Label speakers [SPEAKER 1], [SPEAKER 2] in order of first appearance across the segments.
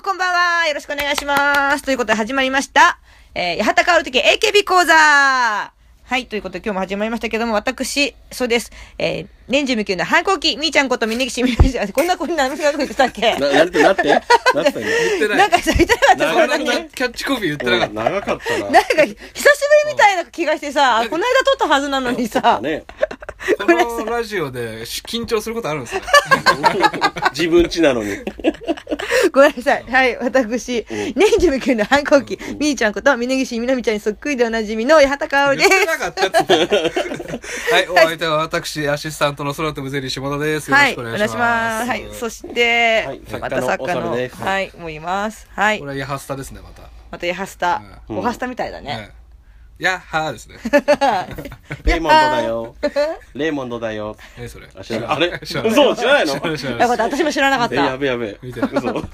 [SPEAKER 1] よろしくお願いします。ということで始まりました。えー、八幡薫的 AKB 講座はい、ということで今日も始まりましたけども、私、そうです。えー、年中無休の反抗期、みーちゃんこと峯岸みゆきちゃん、 こんなこんな、みんなこと言ってたっけ
[SPEAKER 2] な、 なんて、なって、なってた今。
[SPEAKER 3] 言ってない。
[SPEAKER 1] なんかさ、言ってなかった、
[SPEAKER 3] 長
[SPEAKER 1] そんな
[SPEAKER 3] か
[SPEAKER 1] に。
[SPEAKER 3] ったキャッチコピー言ってなか
[SPEAKER 2] う
[SPEAKER 3] っ
[SPEAKER 2] ん長かったな。
[SPEAKER 1] なんか、久しぶりみたいな気がしてさ、この間撮ったはずなのにさ、
[SPEAKER 2] ね。
[SPEAKER 3] た。このラジオで緊張することあるんですね。
[SPEAKER 2] 自分ちなのに。
[SPEAKER 1] ごめんなさい。はい、私、年中無休の反抗期、みーちゃんこと、峯岸みなみちゃんにそっくりでおなじみの八幡薫で
[SPEAKER 3] 言
[SPEAKER 1] す
[SPEAKER 3] っ。てなかったっつってはい、お相手は私、アシスタントの空飛ぶゼリー下田です。よろ
[SPEAKER 1] は
[SPEAKER 3] し
[SPEAKER 1] い、
[SPEAKER 3] く
[SPEAKER 1] お
[SPEAKER 3] お
[SPEAKER 1] 願
[SPEAKER 3] 願
[SPEAKER 1] い
[SPEAKER 3] い
[SPEAKER 1] し
[SPEAKER 3] し
[SPEAKER 1] ま。
[SPEAKER 3] ますす。
[SPEAKER 1] はい、そして、
[SPEAKER 2] はい
[SPEAKER 1] また作
[SPEAKER 2] 作
[SPEAKER 1] 家
[SPEAKER 2] 家の
[SPEAKER 1] の、
[SPEAKER 2] おさむです
[SPEAKER 1] はい、もういます。はい
[SPEAKER 3] これ、、はヤハスタですね、また。
[SPEAKER 1] またヤハスタ、
[SPEAKER 2] うん
[SPEAKER 1] おはスタみたいだね。
[SPEAKER 3] ね。ヤッハーで すね。
[SPEAKER 2] レモンドだよ。レモンドだよ。
[SPEAKER 3] 何それ
[SPEAKER 2] あ、知らない。あれ
[SPEAKER 3] 知らない
[SPEAKER 2] 嘘、知らないの
[SPEAKER 3] 知らない知ら
[SPEAKER 1] よ
[SPEAKER 3] ない
[SPEAKER 1] かった、私も知らなかっ
[SPEAKER 2] え、
[SPEAKER 1] た。
[SPEAKER 2] やべやべ。
[SPEAKER 3] 見て
[SPEAKER 2] 嘘。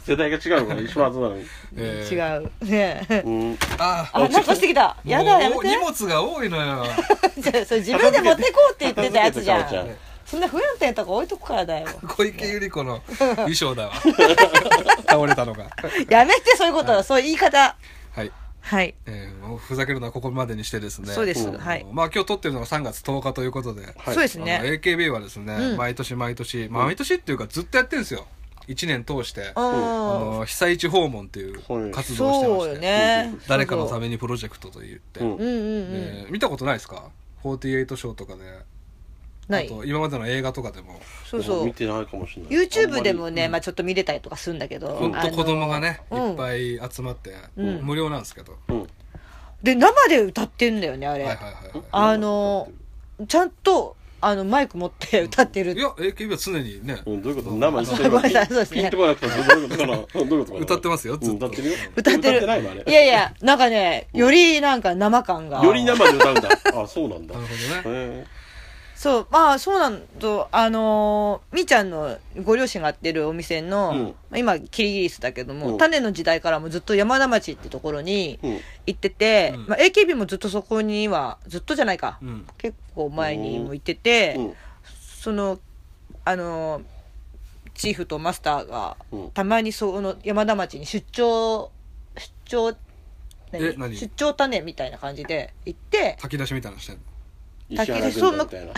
[SPEAKER 2] 世代が違うから一緒はずなのに。
[SPEAKER 3] えー
[SPEAKER 1] 違う。ねえ。
[SPEAKER 2] うん。
[SPEAKER 3] あ
[SPEAKER 1] あ、なんかしてきた。
[SPEAKER 3] ー
[SPEAKER 1] やだ、やめ
[SPEAKER 3] もう荷
[SPEAKER 1] て。
[SPEAKER 3] 物が多いのよ。
[SPEAKER 1] じゃあそれ自分で持ってこうって言ってたやつじゃ
[SPEAKER 2] 片付け
[SPEAKER 1] ん
[SPEAKER 2] て。
[SPEAKER 1] そんな不安定なとこ置いとくからだよ。
[SPEAKER 3] 小池百合子の衣装だわ。倒れたのが。
[SPEAKER 1] やめて、そういうこと。そういう言い方。
[SPEAKER 3] はい。
[SPEAKER 1] はい。
[SPEAKER 3] えーもうふざけるのはここまでにしてですね。
[SPEAKER 1] そうです。
[SPEAKER 2] うん
[SPEAKER 1] はい。
[SPEAKER 3] まあ今日撮ってるのが3月10日ということで、
[SPEAKER 2] はい
[SPEAKER 1] そうですね
[SPEAKER 3] あの AKB はですね、
[SPEAKER 1] うん
[SPEAKER 3] 毎年毎年、まあ毎年っていうかずっとやってるんですよ。1年通して、あ
[SPEAKER 1] うん。
[SPEAKER 3] の被災地訪問っていう活動をしてま
[SPEAKER 1] そう
[SPEAKER 3] し
[SPEAKER 1] よ
[SPEAKER 3] て、
[SPEAKER 1] ね。
[SPEAKER 3] 誰かのためにプロジェクトと言って、
[SPEAKER 2] うん
[SPEAKER 1] うんうんうん。
[SPEAKER 3] えー見たことないですか ?48 ショーとかで、
[SPEAKER 1] ない
[SPEAKER 3] あ。と今までの映画とかでも、
[SPEAKER 1] そうそ
[SPEAKER 2] 見
[SPEAKER 1] う。
[SPEAKER 2] てないかもしれない。
[SPEAKER 1] YouTube でもね、まあちょっと見れたりとかするんだけど。
[SPEAKER 3] ほんと子供がね、
[SPEAKER 1] あの
[SPEAKER 3] いっぱい集まって、
[SPEAKER 1] うん
[SPEAKER 3] 無料なんですけど、
[SPEAKER 2] あんまり。
[SPEAKER 1] で生で歌ってんだよねあれ、
[SPEAKER 3] はいはいはい、はい。
[SPEAKER 1] あのちゃんとあのマイク持って歌って
[SPEAKER 3] い
[SPEAKER 1] る
[SPEAKER 3] や、AKB は常にね、
[SPEAKER 2] うん。うん、どういうこと生一緒
[SPEAKER 1] ごめんなさいそうですね
[SPEAKER 2] ピンとこなくて、どういうことかなうんどういうことかな
[SPEAKER 3] 歌ってますよずっと
[SPEAKER 2] うん歌ってるよ。
[SPEAKER 1] 歌ってる
[SPEAKER 2] ないのあれ。
[SPEAKER 1] いやいやなんかねよりなんか生感が
[SPEAKER 2] より生で歌うんだ。あ、そうなんだ
[SPEAKER 3] な。るほどね。
[SPEAKER 2] へ
[SPEAKER 1] そうまあそうなんとあのーみーちゃんのご両親がやってるお店の、今キリギリスだけども、
[SPEAKER 2] うん
[SPEAKER 1] 種の時代からもずっと山田町ってところに
[SPEAKER 2] えうん。
[SPEAKER 1] 行ってて、
[SPEAKER 3] うん
[SPEAKER 1] まあ、AKB もずっとそこにはずっとじゃないか、
[SPEAKER 3] うん。
[SPEAKER 1] 結構前にも行ってて、
[SPEAKER 2] うん。
[SPEAKER 1] そのあのチーフとマスターが
[SPEAKER 2] うん
[SPEAKER 1] たまにその山田町に出張出張
[SPEAKER 3] え何
[SPEAKER 1] 出張種みたいな感じで行って
[SPEAKER 3] 炊き出しみたいなのしてんの。
[SPEAKER 2] 石原軍団みたいな。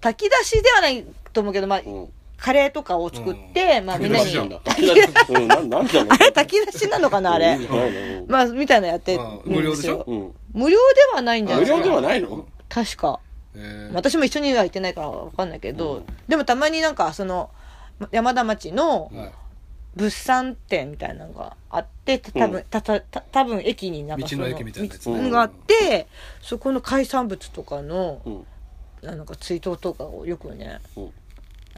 [SPEAKER 1] 炊き出しではないと思うけど、まあ、
[SPEAKER 2] うん。
[SPEAKER 1] カレーとかを作って、
[SPEAKER 3] うん
[SPEAKER 1] まあ、み
[SPEAKER 2] み
[SPEAKER 1] ん
[SPEAKER 2] ん
[SPEAKER 1] な
[SPEAKER 2] な
[SPEAKER 1] に
[SPEAKER 2] に。
[SPEAKER 1] あ
[SPEAKER 2] うん、な、なんだろう。
[SPEAKER 1] れ炊き出しなのかなあ
[SPEAKER 2] うんいい
[SPEAKER 1] れ
[SPEAKER 2] じゃないの
[SPEAKER 1] まあみたいなのやってる
[SPEAKER 3] まあ
[SPEAKER 1] ん
[SPEAKER 3] 無料でしょ
[SPEAKER 1] よ
[SPEAKER 2] うん。
[SPEAKER 1] 無料ではないんじゃな
[SPEAKER 2] 無
[SPEAKER 1] い
[SPEAKER 2] 料では
[SPEAKER 1] か
[SPEAKER 2] ないの
[SPEAKER 1] 確か
[SPEAKER 3] えー
[SPEAKER 1] 私も一緒には行ってないからわかんないけど、
[SPEAKER 2] うん
[SPEAKER 1] でもたまになんかその山田町の、
[SPEAKER 3] はい
[SPEAKER 1] 物産展みたいなのがあってた多分、
[SPEAKER 2] うん
[SPEAKER 1] たたた多分駅になんか
[SPEAKER 3] 道の駅みたいなやつね
[SPEAKER 1] 道のがあって、そこの海産物とかの
[SPEAKER 2] うん。
[SPEAKER 1] なんか追悼とかをよくね
[SPEAKER 2] うん。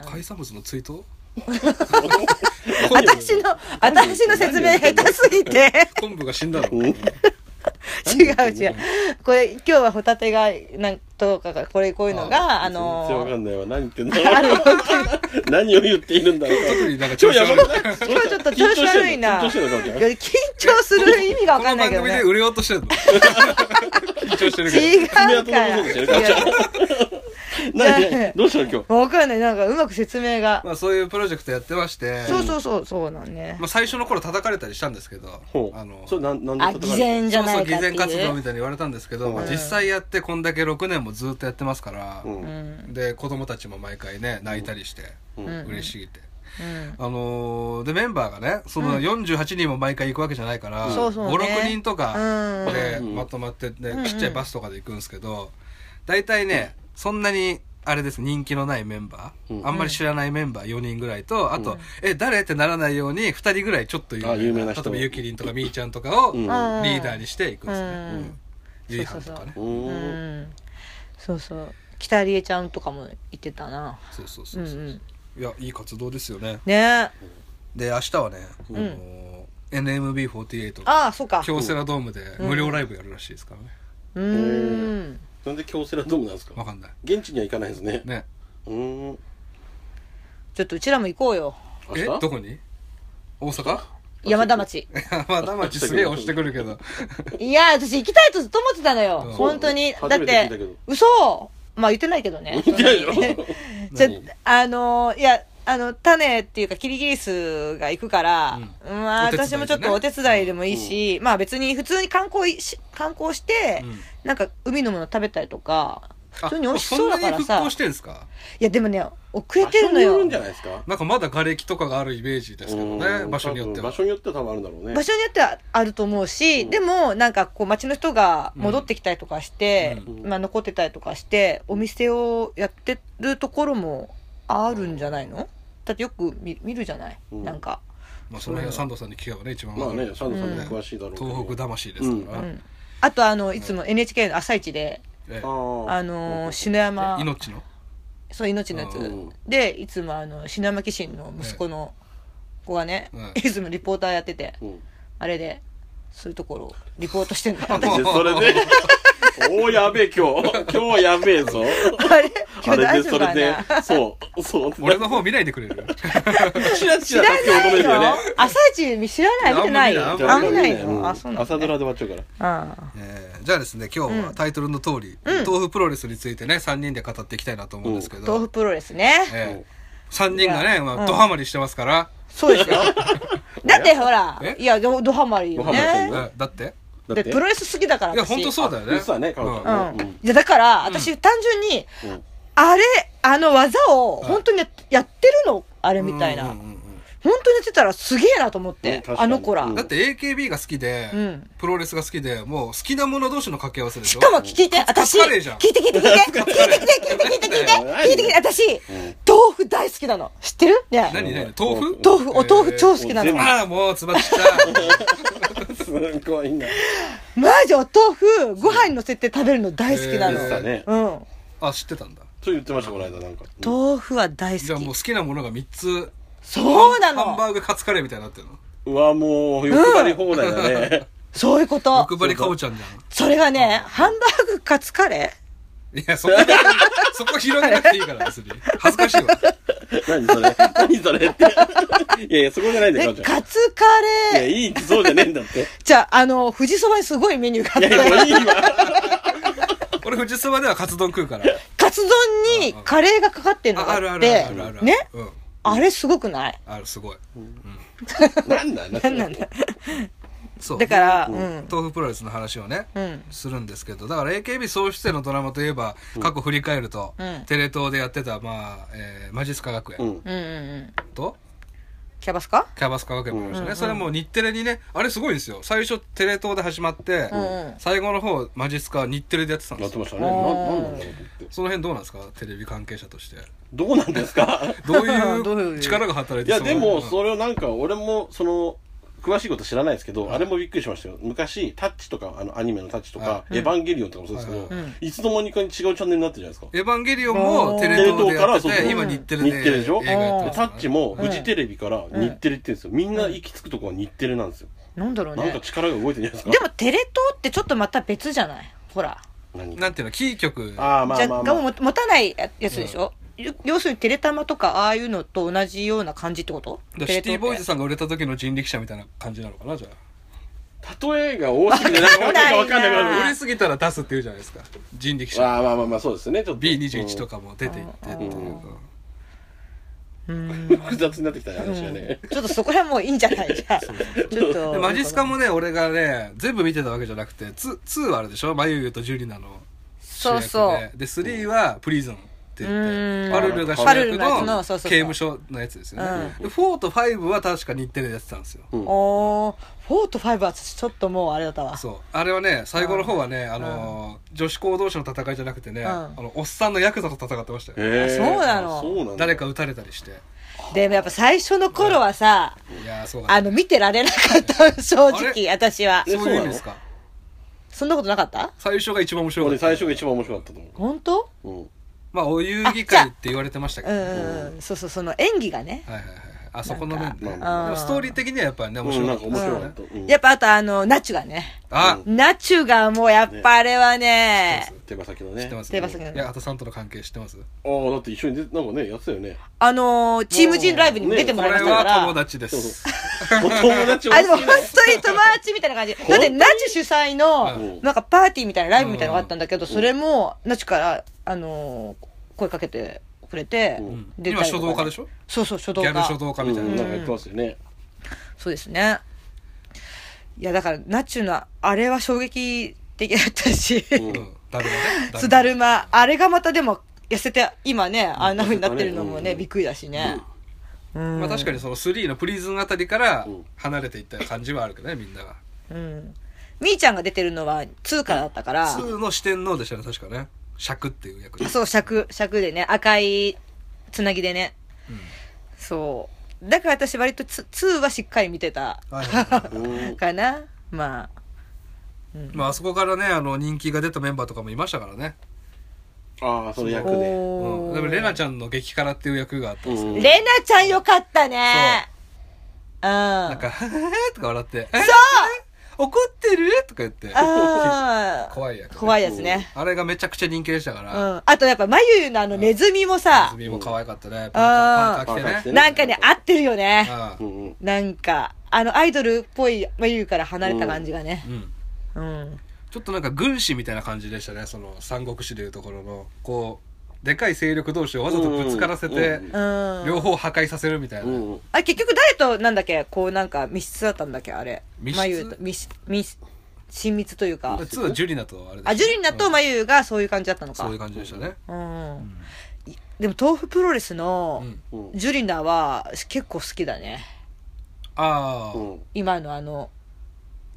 [SPEAKER 3] 海産物の追悼
[SPEAKER 1] 私の私の説明下手すぎて
[SPEAKER 3] 昆布が死んだの、
[SPEAKER 2] うん
[SPEAKER 1] 違う違うこれ今日はホタテがなんとかがこれこういうのがあ
[SPEAKER 2] 全然わか
[SPEAKER 1] の
[SPEAKER 2] んないわ。何言ってんだろう。何を言っているんだろ
[SPEAKER 3] 特
[SPEAKER 2] う。
[SPEAKER 3] になん
[SPEAKER 2] 今
[SPEAKER 3] か調
[SPEAKER 2] 日
[SPEAKER 3] 子
[SPEAKER 2] やば
[SPEAKER 3] 悪い
[SPEAKER 2] くない
[SPEAKER 1] 今日ちょっと調子悪いな
[SPEAKER 2] 緊張してるの緊張
[SPEAKER 1] い
[SPEAKER 2] してるのかもしれない
[SPEAKER 1] や緊張する意味がわ
[SPEAKER 3] こ
[SPEAKER 1] か
[SPEAKER 3] の
[SPEAKER 1] んない
[SPEAKER 3] 番
[SPEAKER 1] けど
[SPEAKER 3] 組
[SPEAKER 1] ね
[SPEAKER 3] で売れようとしてるの緊張してるけ
[SPEAKER 1] 違うから
[SPEAKER 2] 爪痕残そうとしてる
[SPEAKER 1] いや
[SPEAKER 2] 何
[SPEAKER 1] じゃあ
[SPEAKER 2] 何どうしたの今日。
[SPEAKER 1] わかんないなんかうまく説明が
[SPEAKER 3] ど、まあ、そういうプロジェクトやってまして
[SPEAKER 1] そうそうそうそうなんね
[SPEAKER 3] まあ、最初の頃叩かれたりしたんですけど
[SPEAKER 2] ほう。
[SPEAKER 3] あの
[SPEAKER 2] そ
[SPEAKER 3] そう
[SPEAKER 2] れなん、なんで
[SPEAKER 1] あ
[SPEAKER 2] 叩
[SPEAKER 1] 偽
[SPEAKER 2] かれ
[SPEAKER 1] 善じゃな
[SPEAKER 3] そ
[SPEAKER 1] いうかっ
[SPEAKER 3] 偽
[SPEAKER 1] ていう
[SPEAKER 3] 善活動みたいに言われたんですけど、まあ
[SPEAKER 2] うん
[SPEAKER 3] 実際やってこんだけ6年もずっとやってますから
[SPEAKER 2] た、のう。
[SPEAKER 1] うんん
[SPEAKER 3] で子供たちも毎回ね泣いたりして、
[SPEAKER 2] うん
[SPEAKER 1] うん
[SPEAKER 3] 嬉しすぎて、
[SPEAKER 1] うん
[SPEAKER 3] あのーでメンバーがねそ
[SPEAKER 1] うん
[SPEAKER 3] の48人も毎回行くわけじゃないから、
[SPEAKER 1] そうそうね
[SPEAKER 3] 56人とか、
[SPEAKER 1] うん
[SPEAKER 3] で、
[SPEAKER 2] うん
[SPEAKER 3] まとまって、ね
[SPEAKER 1] うんうん
[SPEAKER 3] ちっちゃいバスとかで行くんですけど大体ね、そんなにあれです人気のないメンバー、
[SPEAKER 2] うん
[SPEAKER 3] あんまり知らないメンバー4人ぐらいとあと、え誰ってならないように2人ぐらいちょっと有
[SPEAKER 2] あ有名な人
[SPEAKER 3] 例えばゆきりんとかみーちゃんとかを
[SPEAKER 2] う
[SPEAKER 3] リ
[SPEAKER 2] ん
[SPEAKER 3] ーダーにしていくんですね、
[SPEAKER 1] うん
[SPEAKER 3] うんゆいはんとかね
[SPEAKER 2] う。
[SPEAKER 1] うんんそうそう北里恵ちゃんとかも言ってたな
[SPEAKER 3] そうそう
[SPEAKER 1] う
[SPEAKER 3] そ
[SPEAKER 1] ん
[SPEAKER 3] う
[SPEAKER 1] う
[SPEAKER 3] そう、
[SPEAKER 1] ん
[SPEAKER 3] いやいい活動ですよね
[SPEAKER 1] ね
[SPEAKER 3] で明日はね、
[SPEAKER 1] ん
[SPEAKER 3] あのー NMB48
[SPEAKER 1] ああそうか
[SPEAKER 3] 京セラドームで無料ライブやるらしいですからね、
[SPEAKER 1] うーん
[SPEAKER 2] なんで京セラドームなんです
[SPEAKER 3] わ
[SPEAKER 2] か
[SPEAKER 3] かんない
[SPEAKER 2] 現地には行かないんですね。
[SPEAKER 3] ね
[SPEAKER 2] うん。
[SPEAKER 1] ちょっとうちらも行こうよ
[SPEAKER 2] 明
[SPEAKER 3] え
[SPEAKER 2] 日
[SPEAKER 3] どこに大阪
[SPEAKER 1] 山田町
[SPEAKER 3] まだ町すげえ押してくるけど
[SPEAKER 1] いや私行きたいとずっと思ってたのよ
[SPEAKER 3] うん
[SPEAKER 1] 本当に
[SPEAKER 2] 初
[SPEAKER 1] だっ
[SPEAKER 2] めて聞いたけ
[SPEAKER 1] て
[SPEAKER 2] ど
[SPEAKER 1] 嘘まあ言ってないけどね
[SPEAKER 2] 行ってないよ。
[SPEAKER 1] じゃあのーいやあの、種っていうか、キリギリスが行くから、まあ、
[SPEAKER 3] お手伝
[SPEAKER 1] 私
[SPEAKER 3] いでね
[SPEAKER 1] もちょっとお手伝いでもいいし、まあ別に普通に観光いし、観光して、
[SPEAKER 3] うん
[SPEAKER 1] なんか海のもの食べたりとか、普通に美味しそうだから
[SPEAKER 3] あそんなに復
[SPEAKER 1] さ
[SPEAKER 3] 興し。てんすか
[SPEAKER 1] いや、でもね、遅れてるのよ。
[SPEAKER 2] 場所によるんじゃないですか
[SPEAKER 3] なんかまだ瓦礫とかがあるイメージですけどね
[SPEAKER 2] うん
[SPEAKER 3] 場所によって
[SPEAKER 2] 多分
[SPEAKER 3] は
[SPEAKER 2] 場所によっては多分あるんだろうね
[SPEAKER 1] 場所によってはあると思うし、でもなんかこう街の人が戻ってきたりとかして、
[SPEAKER 2] うん
[SPEAKER 1] まあ残ってたりとかして、お店をやってるところもあるんじゃないのだってよく見見るじゃない、
[SPEAKER 2] うん
[SPEAKER 1] なんか。
[SPEAKER 3] まあその辺はサンドさんに聞けばね一番
[SPEAKER 2] まあねサンドさんも
[SPEAKER 1] うん
[SPEAKER 2] 詳しいだろうけど
[SPEAKER 3] 東北魂ですか
[SPEAKER 1] う
[SPEAKER 3] ら、
[SPEAKER 1] ん。あとあの、いつも NHK の朝市で、
[SPEAKER 3] ええ
[SPEAKER 2] あ
[SPEAKER 1] あのー、篠山、
[SPEAKER 3] 命の
[SPEAKER 1] そう、命のやつ
[SPEAKER 2] うん。
[SPEAKER 1] で、いつもあの、篠山紀信の息子の子がね
[SPEAKER 3] うん、
[SPEAKER 1] いつもリポーターやってて、
[SPEAKER 2] うん
[SPEAKER 1] あれで、そういうところをリポートしてんの。
[SPEAKER 2] でそれ でおおやべえ今日今日はやべえぞ
[SPEAKER 1] あれ今
[SPEAKER 2] あ
[SPEAKER 1] 日
[SPEAKER 2] れ
[SPEAKER 1] 大丈
[SPEAKER 2] でそ
[SPEAKER 1] 夫
[SPEAKER 2] れ
[SPEAKER 1] か
[SPEAKER 2] で
[SPEAKER 1] な
[SPEAKER 2] そうそう
[SPEAKER 3] 俺の方見ないでくれる
[SPEAKER 2] チラチ
[SPEAKER 1] 知
[SPEAKER 2] ラ
[SPEAKER 1] ら
[SPEAKER 2] 先ほ
[SPEAKER 1] な
[SPEAKER 2] ど
[SPEAKER 1] い
[SPEAKER 2] ですよ
[SPEAKER 1] の
[SPEAKER 2] ね
[SPEAKER 1] 朝一知らない見てない
[SPEAKER 3] あん
[SPEAKER 1] あ
[SPEAKER 3] ま
[SPEAKER 1] んま見
[SPEAKER 3] 見
[SPEAKER 1] な
[SPEAKER 3] ない
[SPEAKER 1] のあ、そううんなんだ
[SPEAKER 2] 朝
[SPEAKER 1] ね
[SPEAKER 2] ドラで終わっちゃうから
[SPEAKER 1] あ
[SPEAKER 3] ええじゃあですね今日はタイトルの通り、豆腐プロレスについてね3人で語っていきたいなと思うんですけ
[SPEAKER 1] あ
[SPEAKER 3] ど、
[SPEAKER 1] 豆腐プロレスね。
[SPEAKER 3] ええ3人が
[SPEAKER 1] い
[SPEAKER 3] ね、
[SPEAKER 1] や
[SPEAKER 3] ま
[SPEAKER 1] うん
[SPEAKER 3] あ、ドハマりしてますから、
[SPEAKER 1] そう ですよ。だってほら
[SPEAKER 3] え、
[SPEAKER 1] いや、どどハマりよ
[SPEAKER 2] どハマりして
[SPEAKER 1] ね
[SPEAKER 2] んの。
[SPEAKER 3] ええだって
[SPEAKER 2] だって
[SPEAKER 1] で、プロレス好きだから
[SPEAKER 3] いや
[SPEAKER 1] 私。
[SPEAKER 3] 本当そうだよ
[SPEAKER 2] あ
[SPEAKER 3] ね
[SPEAKER 2] 嘘だねカオち
[SPEAKER 1] う
[SPEAKER 2] ゃ
[SPEAKER 1] ん
[SPEAKER 2] んね
[SPEAKER 1] いやだから、私、単純に、
[SPEAKER 2] うんうん
[SPEAKER 1] あれ、あの技を、
[SPEAKER 3] い
[SPEAKER 1] 本当にややってるのあれみたいな。
[SPEAKER 3] うんうん
[SPEAKER 1] 本
[SPEAKER 3] うん
[SPEAKER 1] 当にやってたらすげえなと思っ
[SPEAKER 2] ね
[SPEAKER 1] て、
[SPEAKER 2] 確か
[SPEAKER 1] あ
[SPEAKER 2] に
[SPEAKER 1] の子ら
[SPEAKER 2] う
[SPEAKER 3] うん
[SPEAKER 2] ん
[SPEAKER 3] だって AKB が好きで、
[SPEAKER 1] うん
[SPEAKER 3] プロレスが好きでもう好きなもの同士の掛け合わせでし
[SPEAKER 1] し
[SPEAKER 3] ょ
[SPEAKER 1] かも聞いて、私、
[SPEAKER 3] カツカ
[SPEAKER 1] 聞
[SPEAKER 3] レー
[SPEAKER 1] い
[SPEAKER 3] じ
[SPEAKER 1] て
[SPEAKER 3] ゃん
[SPEAKER 1] 聞いて聞いて聞いて聞いて聞いて聞いて聞いて聞いて聞いて私、豆腐大好きなの。知ってるね
[SPEAKER 3] 何何豆腐
[SPEAKER 1] 豆腐、お豆腐超好きな
[SPEAKER 2] えー
[SPEAKER 1] の
[SPEAKER 2] 全。
[SPEAKER 3] ああもうつまっちゃ
[SPEAKER 2] すごいな
[SPEAKER 1] マジお豆腐、ご飯に乗せて食べるの大好きな
[SPEAKER 3] え
[SPEAKER 1] の
[SPEAKER 2] 言っ。てたね
[SPEAKER 1] うん。
[SPEAKER 3] た あ知ってたんだ
[SPEAKER 2] そう言ってましたこの間なんかうん
[SPEAKER 1] 豆腐は大
[SPEAKER 3] じゃあも
[SPEAKER 1] 好
[SPEAKER 3] う
[SPEAKER 1] き。
[SPEAKER 3] 好きなものが3つ
[SPEAKER 1] そうな
[SPEAKER 3] ハンバ
[SPEAKER 1] の
[SPEAKER 3] ーグカツカレーみたいになってるの
[SPEAKER 2] うわもう欲張り放題だね
[SPEAKER 1] そういうこと。
[SPEAKER 3] 欲張りかおちゃんじゃん
[SPEAKER 1] それがね、ハンバーグカツカレ
[SPEAKER 3] いや、そこ、そこ広げなくていいから、別に。恥ずかしいわ。
[SPEAKER 2] 何それ何それって。 いやいや、そこじゃないん
[SPEAKER 1] ー
[SPEAKER 2] だよ、
[SPEAKER 1] で、
[SPEAKER 2] か
[SPEAKER 1] カツカ
[SPEAKER 2] おちゃん。い
[SPEAKER 1] レ
[SPEAKER 2] や、
[SPEAKER 1] ー。
[SPEAKER 2] いいってそうじゃねえんだ って。い
[SPEAKER 1] じゃあ、あの、富士そばにすごいメニューがあっ
[SPEAKER 2] や、
[SPEAKER 1] て、
[SPEAKER 2] もういいわ。
[SPEAKER 3] 俺、富士そばではカツ丼食う から。
[SPEAKER 1] カツ丼にカレーがかかってんの
[SPEAKER 3] あ、
[SPEAKER 1] が
[SPEAKER 3] ある
[SPEAKER 1] あ
[SPEAKER 3] あ
[SPEAKER 1] っ
[SPEAKER 3] るある
[SPEAKER 1] て
[SPEAKER 3] あるある。、
[SPEAKER 1] ね
[SPEAKER 3] うん。
[SPEAKER 1] あれすごくない
[SPEAKER 3] ある、すごい。
[SPEAKER 2] なんだよな、それ
[SPEAKER 1] なんだ
[SPEAKER 3] そう。
[SPEAKER 1] だから、う
[SPEAKER 3] で、
[SPEAKER 1] ん。
[SPEAKER 3] 豆腐プロレスの話をね、
[SPEAKER 1] うん。
[SPEAKER 3] するんですけど、だから AKB 総出演のドラマといえば、過去振り返ると
[SPEAKER 1] うん、
[SPEAKER 3] テレ東でやってた、まあ、えーマジスカ学
[SPEAKER 2] う
[SPEAKER 3] 園
[SPEAKER 2] ん。
[SPEAKER 1] うんうんうん。
[SPEAKER 3] と、
[SPEAKER 1] キャバスカ
[SPEAKER 3] キャバスカ学園もありましたね。それも日テレにね、あれすごいんですよ。最初テレ東で始まって
[SPEAKER 1] んうん、
[SPEAKER 3] 最後の方、マジスカは日テレでやってたん
[SPEAKER 2] や
[SPEAKER 3] で
[SPEAKER 2] っ
[SPEAKER 3] す
[SPEAKER 2] てま。した
[SPEAKER 3] よ
[SPEAKER 2] ね。
[SPEAKER 1] あ
[SPEAKER 2] な、
[SPEAKER 1] ー
[SPEAKER 2] なんなんだろうって。
[SPEAKER 3] その辺どうなんですかテレビ関係者として。
[SPEAKER 2] どうなんですか
[SPEAKER 3] どう
[SPEAKER 1] どう
[SPEAKER 3] い
[SPEAKER 1] いうう
[SPEAKER 3] 力が働い
[SPEAKER 2] い
[SPEAKER 3] て
[SPEAKER 2] や、
[SPEAKER 3] そうな
[SPEAKER 2] で
[SPEAKER 3] の
[SPEAKER 2] も、それをなんか、俺も、その、詳しいこと知らないですけど、あれもびっくりしましたよ。昔、タッチとか、あの、アニメのタッチとか
[SPEAKER 3] は、
[SPEAKER 2] エヴァンゲリオンとかもそうですけ
[SPEAKER 3] は
[SPEAKER 2] ど
[SPEAKER 3] いは、
[SPEAKER 2] いつの間にかに違うチャンネルになってるじゃないですか。
[SPEAKER 3] エヴァンゲリオンもテレ東でやってて、今日テレ
[SPEAKER 2] 日
[SPEAKER 3] で
[SPEAKER 2] テレでしょ
[SPEAKER 3] 映画やって
[SPEAKER 2] で
[SPEAKER 3] ます
[SPEAKER 2] タ
[SPEAKER 3] から
[SPEAKER 2] ッチも、フジテレビから日テレって言うんですよ。みんな行き着くとこは日テレなんですよ。
[SPEAKER 1] なんだろう
[SPEAKER 2] なんか
[SPEAKER 1] ね。
[SPEAKER 2] 力が動いてるんじゃないですか
[SPEAKER 1] でも、テレ東ってちょっとまた別じゃないほら。
[SPEAKER 2] 何
[SPEAKER 3] なんていうの、キー局。
[SPEAKER 2] ああ、ま
[SPEAKER 1] じ
[SPEAKER 2] あ
[SPEAKER 1] ゃ
[SPEAKER 2] まあ
[SPEAKER 1] が
[SPEAKER 2] まあ。
[SPEAKER 1] も持たないやつでしょ、よ要するにテレタマとかああいうのと同じような感じってこと
[SPEAKER 3] でシティボーイズさんが売れた時の人力車みたいな感じなのかな、じゃ
[SPEAKER 2] 例えが多すぎて、なんかわけがわか
[SPEAKER 1] わ
[SPEAKER 2] んなく
[SPEAKER 1] かん
[SPEAKER 2] な
[SPEAKER 1] な
[SPEAKER 2] る
[SPEAKER 1] い
[SPEAKER 3] あ。売れすぎたら出すって言うじゃないですか。人力
[SPEAKER 2] ま
[SPEAKER 3] 車。
[SPEAKER 2] あまあまあまあ、そうですね。ちょっと。
[SPEAKER 3] B21 とかも出ていってっていうか。
[SPEAKER 2] うん。複雑になってきたね、話がね。
[SPEAKER 1] ちょっとそこら辺もういいんじゃないじゃあちょっと
[SPEAKER 3] でマジスカもね、俺がね、全部見てたわけじゃなくて、ツー2はあれでしょマユユとジュリナの主
[SPEAKER 1] そう
[SPEAKER 3] 役で。
[SPEAKER 1] そう
[SPEAKER 3] で、3はプリズンって言
[SPEAKER 1] うん
[SPEAKER 3] って、パルルが主
[SPEAKER 1] パルルのやつ
[SPEAKER 3] 役
[SPEAKER 1] の
[SPEAKER 3] の
[SPEAKER 1] そうそう
[SPEAKER 3] 刑
[SPEAKER 1] そう
[SPEAKER 3] 務所のやつですよね。で4と5は確か日テレでやってたんですよ。
[SPEAKER 1] おー4と5はちょっともうあれだったわ
[SPEAKER 3] そうあれはね最後の方はねあのー女子校同士の戦いじゃなくてね、
[SPEAKER 1] うん
[SPEAKER 3] あのおっさんのヤクザと戦ってましたよ、
[SPEAKER 2] へー
[SPEAKER 1] そうなの
[SPEAKER 2] そうなの
[SPEAKER 3] 誰か撃たれたりして
[SPEAKER 1] でもやっぱ最初の頃はさ、
[SPEAKER 3] いやーそうだ
[SPEAKER 1] あの見てられなかった正
[SPEAKER 3] あ
[SPEAKER 1] 直
[SPEAKER 3] れ
[SPEAKER 1] 私は
[SPEAKER 3] そういう意
[SPEAKER 2] そうな
[SPEAKER 3] 味
[SPEAKER 2] の
[SPEAKER 3] ですか
[SPEAKER 1] そんなことなかった
[SPEAKER 3] 最初が一番面白か
[SPEAKER 2] 俺
[SPEAKER 3] った
[SPEAKER 2] 最初が一番面白かったと思
[SPEAKER 1] 本当
[SPEAKER 2] う。うん。
[SPEAKER 3] まあお遊戯会って言われてましたけ
[SPEAKER 1] う
[SPEAKER 3] ど、
[SPEAKER 1] ん
[SPEAKER 3] はい
[SPEAKER 1] うんうんそうそうその演技がね、
[SPEAKER 3] はいはいあそこの面で
[SPEAKER 2] な
[SPEAKER 3] ね
[SPEAKER 2] ん
[SPEAKER 3] で
[SPEAKER 2] か
[SPEAKER 1] う
[SPEAKER 3] も
[SPEAKER 1] ん
[SPEAKER 3] ストーリー的にはやっぱりね面
[SPEAKER 2] うん、
[SPEAKER 3] 白
[SPEAKER 2] ないんか面白かった。うん
[SPEAKER 1] やっぱあとあのナチュがね
[SPEAKER 3] あ、
[SPEAKER 1] ナチュがもうやっぱあれはね
[SPEAKER 2] 手羽先の
[SPEAKER 3] 知っ
[SPEAKER 2] ね
[SPEAKER 3] て。ます
[SPEAKER 1] 手羽先の
[SPEAKER 3] いやあとさんとの関係知ってます
[SPEAKER 2] ああ、だって一緒に出て、なんかね、やってたよね。
[SPEAKER 1] あのーチーム人ライブにも出ても
[SPEAKER 3] こ
[SPEAKER 1] らいまし
[SPEAKER 3] れ
[SPEAKER 1] たか
[SPEAKER 3] は
[SPEAKER 1] ら。
[SPEAKER 3] 友達です
[SPEAKER 2] お友 達を
[SPEAKER 1] あ、でも
[SPEAKER 2] 好き
[SPEAKER 1] 本
[SPEAKER 2] な
[SPEAKER 1] 当に友達みたいな感じ。だって、ナチ主催
[SPEAKER 2] う
[SPEAKER 1] の、
[SPEAKER 2] ん
[SPEAKER 1] なんかパーティーみたいなライブみたいなのがあったんだけど、それも、ナチから、あのー声かけてくれて、
[SPEAKER 2] うん
[SPEAKER 1] 出
[SPEAKER 3] 今
[SPEAKER 1] たりと
[SPEAKER 3] 書
[SPEAKER 1] かね
[SPEAKER 3] 道家でしょ
[SPEAKER 1] そうそう、書道
[SPEAKER 3] ギ
[SPEAKER 1] 家。
[SPEAKER 3] ャル書道家みたい
[SPEAKER 2] うんな
[SPEAKER 3] な、
[SPEAKER 2] んか言ってますよね。
[SPEAKER 1] そうですね。いや、だから、ナチュの、あれは衝撃的だったし、
[SPEAKER 2] うん
[SPEAKER 3] うんだるまね
[SPEAKER 1] 津だるま、あれがまたでも、痩せて、今ね、あんな風になってるのも
[SPEAKER 2] う
[SPEAKER 1] ね、
[SPEAKER 2] ん
[SPEAKER 1] びっくりだしね。うん
[SPEAKER 3] まあ確かにその3のプリズンあたりから
[SPEAKER 2] うん
[SPEAKER 3] 離れていった感じはあるけどねみんなが
[SPEAKER 1] うん。みーちゃんが出てるのは2からだったから、
[SPEAKER 3] 2の四天王でしたね確かね尺っていう役で
[SPEAKER 1] そう、尺、尺でね、赤いつなぎでね。そう。だから私割とツ2はしっかり見てた。
[SPEAKER 3] はいはいはい
[SPEAKER 2] うん
[SPEAKER 1] かなまあ。うん
[SPEAKER 3] まああそこからねあの人気が出たメンバーとかもいましたからね、
[SPEAKER 2] ああ、その役で。
[SPEAKER 3] う
[SPEAKER 1] お
[SPEAKER 3] ん、
[SPEAKER 1] ー
[SPEAKER 3] でもレナちゃんの激辛っていう役があったんですよ
[SPEAKER 2] うん
[SPEAKER 1] レナちゃんよかったね。うん。
[SPEAKER 3] な
[SPEAKER 1] なん
[SPEAKER 3] か「はははとか笑って「え
[SPEAKER 1] そう
[SPEAKER 3] 怒ってる?」とか言って
[SPEAKER 1] あー
[SPEAKER 3] 怖い 役
[SPEAKER 1] 怖いやつね。
[SPEAKER 3] あれがめちゃくちゃ人気でしたか
[SPEAKER 1] う
[SPEAKER 3] ら、
[SPEAKER 1] ん。あとやっぱ、まゆゆのあのネズミもさ
[SPEAKER 3] ズ、ミも可愛かったね
[SPEAKER 1] あ
[SPEAKER 3] パ
[SPEAKER 1] ー
[SPEAKER 3] ーカーパーカー着てね
[SPEAKER 1] なんかね、合ってるよね。
[SPEAKER 3] あ
[SPEAKER 2] うんうん
[SPEAKER 1] なんか、あのアイドルっぽいまゆゆから離れた感じがね。
[SPEAKER 3] うん
[SPEAKER 1] うん。
[SPEAKER 3] ちょっとなんか軍師みたいな感じでしたねその三国志でいうところのこうでかい勢力同士をわざとぶつからせて
[SPEAKER 2] うんうん
[SPEAKER 1] うん。
[SPEAKER 3] 両方破壊させるみたいな、
[SPEAKER 2] うんうん。
[SPEAKER 1] あれ、結局誰と、なんだっけ、こうなんか密室だったんだっけ、あれ。
[SPEAKER 3] 密室
[SPEAKER 1] まゆゆと、密室、密室、親密というか。
[SPEAKER 3] 2はジュリナとあれでした
[SPEAKER 1] あ、
[SPEAKER 3] ね
[SPEAKER 1] ジュリンナとまゆゆがそういう感じだったの
[SPEAKER 3] うん
[SPEAKER 1] か。
[SPEAKER 3] そういう感じでしたね、
[SPEAKER 1] うん。いでも、豆腐プロレス
[SPEAKER 3] う
[SPEAKER 1] の、
[SPEAKER 3] ん、
[SPEAKER 2] うん
[SPEAKER 1] ジュリナは結構好きだね。
[SPEAKER 3] ああ、
[SPEAKER 2] うん
[SPEAKER 1] 今のあの、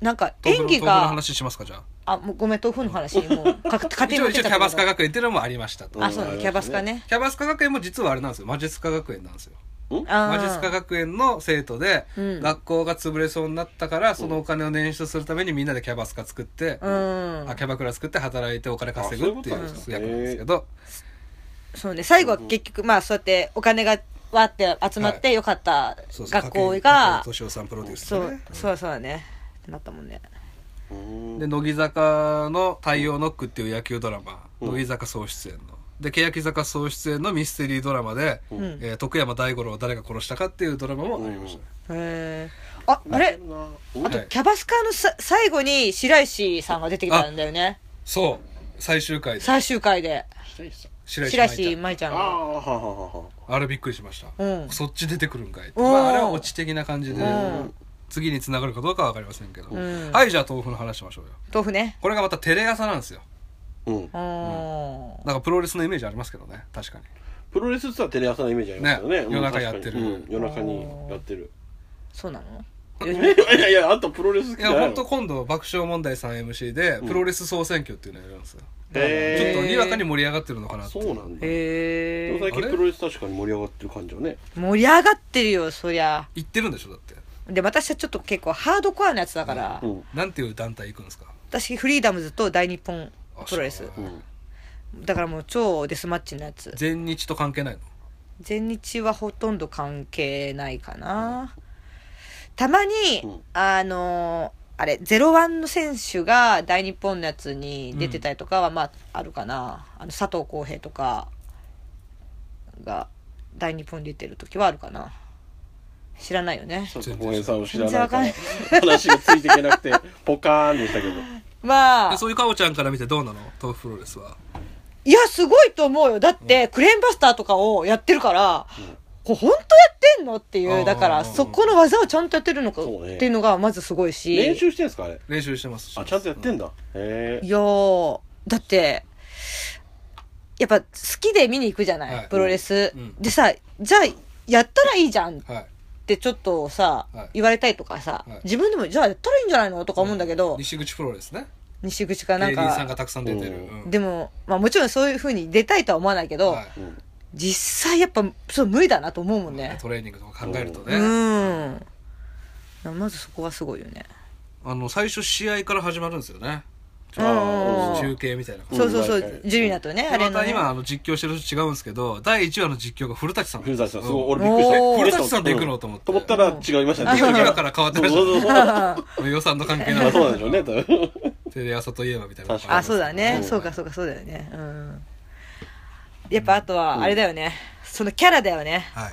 [SPEAKER 1] なんか
[SPEAKER 3] 豆腐
[SPEAKER 1] 演技
[SPEAKER 3] の豆腐の
[SPEAKER 1] が、
[SPEAKER 3] 話しますかじゃあ
[SPEAKER 1] あ、もうごめん、豆腐の 話、もう、か、勝手に
[SPEAKER 3] 一応
[SPEAKER 1] 持ってっ
[SPEAKER 3] 一
[SPEAKER 1] ち
[SPEAKER 3] 応キ
[SPEAKER 1] ゃ
[SPEAKER 3] ャ
[SPEAKER 1] っ
[SPEAKER 3] バ
[SPEAKER 1] た
[SPEAKER 3] ス
[SPEAKER 1] け
[SPEAKER 3] カ
[SPEAKER 1] ど。
[SPEAKER 3] 学園っていうのもありましたと、
[SPEAKER 2] うん
[SPEAKER 1] あ、そうね、キャバスカね。
[SPEAKER 3] キャバスカ学園も実はあれなんですよ魔術科学園なんですよ
[SPEAKER 1] あ
[SPEAKER 3] 魔術科
[SPEAKER 1] ー
[SPEAKER 3] 学園の生徒で、
[SPEAKER 1] うん
[SPEAKER 3] 学校が潰れそうになったからそのお金を捻出するためにみんなでキャバスカ作って、
[SPEAKER 1] うん
[SPEAKER 3] あ。キャバクラ作って働いてお金稼ぐっていう
[SPEAKER 2] あ
[SPEAKER 3] 役
[SPEAKER 2] そういうことな
[SPEAKER 3] なんです
[SPEAKER 2] んですね
[SPEAKER 3] けど、
[SPEAKER 1] そうね、最後は結局、まあ、そうやってお金が、わーって集まってよかった
[SPEAKER 3] そうそう
[SPEAKER 1] 学校
[SPEAKER 3] 加
[SPEAKER 1] が
[SPEAKER 3] 藤、敏夫さんプロデュース
[SPEAKER 1] そ
[SPEAKER 3] で
[SPEAKER 1] う
[SPEAKER 3] ね、
[SPEAKER 1] そうそうだね。ってなったもんね。
[SPEAKER 2] うん
[SPEAKER 3] で乃木坂の「太陽ノック」っていう野球ドラマ、
[SPEAKER 2] うん
[SPEAKER 3] 乃木坂総出演ので欅坂総出演のミステリードラマで、
[SPEAKER 1] ん
[SPEAKER 3] えー徳山大五郎を誰が殺したかっていうドラマもありました、ね
[SPEAKER 1] へーあ、あれ
[SPEAKER 2] うん
[SPEAKER 1] あと
[SPEAKER 3] はい、
[SPEAKER 1] キャバスカのさ最後に白石さんが出てきたんだよね。
[SPEAKER 3] そう最終回で
[SPEAKER 1] 最終回で。
[SPEAKER 3] 白石
[SPEAKER 1] 白
[SPEAKER 3] 麻衣
[SPEAKER 1] 石
[SPEAKER 3] ちゃん
[SPEAKER 1] 舞ちゃ
[SPEAKER 2] あ
[SPEAKER 1] ん
[SPEAKER 2] あ、
[SPEAKER 1] が。
[SPEAKER 2] はははは。
[SPEAKER 3] あれびっくりしました、
[SPEAKER 1] うん
[SPEAKER 3] そっち出てくるんかいって、
[SPEAKER 1] うん
[SPEAKER 3] まあ、あれはオチ的な感じで、
[SPEAKER 1] うん
[SPEAKER 3] 次に繋がるかどうかは分かりませんけど、
[SPEAKER 1] ん
[SPEAKER 3] はいじゃあ豆腐の話しましょうよ
[SPEAKER 1] 豆腐ね。
[SPEAKER 3] これがまたテレ朝なんですよ
[SPEAKER 2] うん
[SPEAKER 1] う。ーん。
[SPEAKER 3] なんかプロレスのイメージありますけどね確かに
[SPEAKER 2] プロレスって言ったらテレ朝のイメージありますよね。
[SPEAKER 3] ね
[SPEAKER 2] うん
[SPEAKER 3] 夜中やってる
[SPEAKER 2] 確かにうん夜中にやってる。
[SPEAKER 1] そうなの
[SPEAKER 2] え いやいや、あんたプロレス好きじ
[SPEAKER 3] いや
[SPEAKER 2] ゃない
[SPEAKER 3] 本
[SPEAKER 2] の
[SPEAKER 3] 当今度爆笑問題さん MC でプロレス総選挙っていうのやるんですよ、
[SPEAKER 2] へ
[SPEAKER 3] ちょっ
[SPEAKER 2] ー
[SPEAKER 3] とにわかに盛り上がってるのかなっ
[SPEAKER 2] そ
[SPEAKER 3] て
[SPEAKER 2] うなんだ。で
[SPEAKER 1] へえ。
[SPEAKER 2] も最近
[SPEAKER 3] あれ
[SPEAKER 2] プロレス確かに盛り上がってる感じはね。
[SPEAKER 1] 盛り上がってるよ、そりゃ。
[SPEAKER 3] 言ってるんでしょだって
[SPEAKER 1] で、私はちょっと結構ハードコアなやつだから、
[SPEAKER 2] うん。うん
[SPEAKER 3] なんていう団体行くんですか
[SPEAKER 1] 私フリーダムズと大日本
[SPEAKER 3] あ
[SPEAKER 1] プロレス
[SPEAKER 3] そう。なんだ
[SPEAKER 1] だからもう超デスマッチのやつ。
[SPEAKER 3] 全日と関係ないの
[SPEAKER 1] 全日はほとんど関係ないかな。たまに、
[SPEAKER 2] うん
[SPEAKER 1] あのーあれ、ゼロワンの選手が大日本のやつに出てたりとかは、まあ、あるかな。あの、佐藤浩平とかが大日本に出てる時はあるかな。知らないよね。
[SPEAKER 2] ちょっと
[SPEAKER 3] 全然
[SPEAKER 2] 小林さんを知らないから
[SPEAKER 1] 全
[SPEAKER 2] 話がついていけなくて、ポカーンでしたけ ど。
[SPEAKER 1] まあ
[SPEAKER 3] で、そういうかおちゃんから見てどうなの豆腐プロレスはい
[SPEAKER 1] や、すごいと思うよ。だって、クレーンバスターとかをやってるから、これ本当やってんのって
[SPEAKER 3] うんうん
[SPEAKER 1] いうう、
[SPEAKER 3] ん
[SPEAKER 1] だから、そこの技をちゃんとやってるのかっ
[SPEAKER 2] そうね
[SPEAKER 1] ていうのがまずすごいし。
[SPEAKER 2] 練習してんすかあれ。
[SPEAKER 3] 練習してます
[SPEAKER 2] あ、ちゃんとやってんだ。へ
[SPEAKER 1] いやー、だって、やっぱ好きで見に行くじゃない、
[SPEAKER 3] はい
[SPEAKER 1] プロレス、
[SPEAKER 3] うん
[SPEAKER 1] でさ、じゃあ、やったらいいじゃんっ
[SPEAKER 3] はい
[SPEAKER 1] てちょっとさ、
[SPEAKER 3] はい
[SPEAKER 1] 言われたりとかさ、
[SPEAKER 3] はい
[SPEAKER 1] 自分でも、じゃあやったらいいんじゃないのとか思うんだけど、
[SPEAKER 3] 西口プロレスね
[SPEAKER 1] 西口かな
[SPEAKER 3] レ
[SPEAKER 1] ん
[SPEAKER 3] ディーさんが
[SPEAKER 1] か、
[SPEAKER 3] たくさん出てる、
[SPEAKER 2] うん
[SPEAKER 3] うん
[SPEAKER 1] でも、まあもちろんそういう風に出たいとは思わないけど、
[SPEAKER 3] はい
[SPEAKER 2] え。うん
[SPEAKER 1] 実際やっぱ、そう無理だなと思うもんね。
[SPEAKER 3] トレーニングとか考えると
[SPEAKER 1] う
[SPEAKER 3] ね、
[SPEAKER 1] ん。まずそこはすごいよね。
[SPEAKER 3] あの最初試合から始まるんですよね
[SPEAKER 1] うん
[SPEAKER 3] 中継みたいな感じ
[SPEAKER 1] そうそうそう
[SPEAKER 2] うん、
[SPEAKER 1] ジュリナとね、あ
[SPEAKER 3] で
[SPEAKER 1] れ
[SPEAKER 3] ま
[SPEAKER 1] の
[SPEAKER 3] た
[SPEAKER 1] ね。
[SPEAKER 3] 今あの実況してる人違うんですけど第1話の実況が古舘さん
[SPEAKER 2] 古舘さん、すごい、
[SPEAKER 3] うん
[SPEAKER 2] 俺びっくりした
[SPEAKER 1] おー。
[SPEAKER 2] 古舘
[SPEAKER 3] 古舘さんで行くのと思って
[SPEAKER 2] と思ったら違いましたね。
[SPEAKER 3] うんだから変わってましたね
[SPEAKER 2] そうそうそう
[SPEAKER 3] 予算の関係な
[SPEAKER 2] まあ
[SPEAKER 3] い
[SPEAKER 2] そうなんでしょうね、多分。
[SPEAKER 3] テレ朝といえばみたいな
[SPEAKER 2] 確かに
[SPEAKER 1] あ、そうだね。そうか、そうか、そうだよね。うん。やっぱ、あとは、あれだよね。そのキャラだよね。
[SPEAKER 3] はい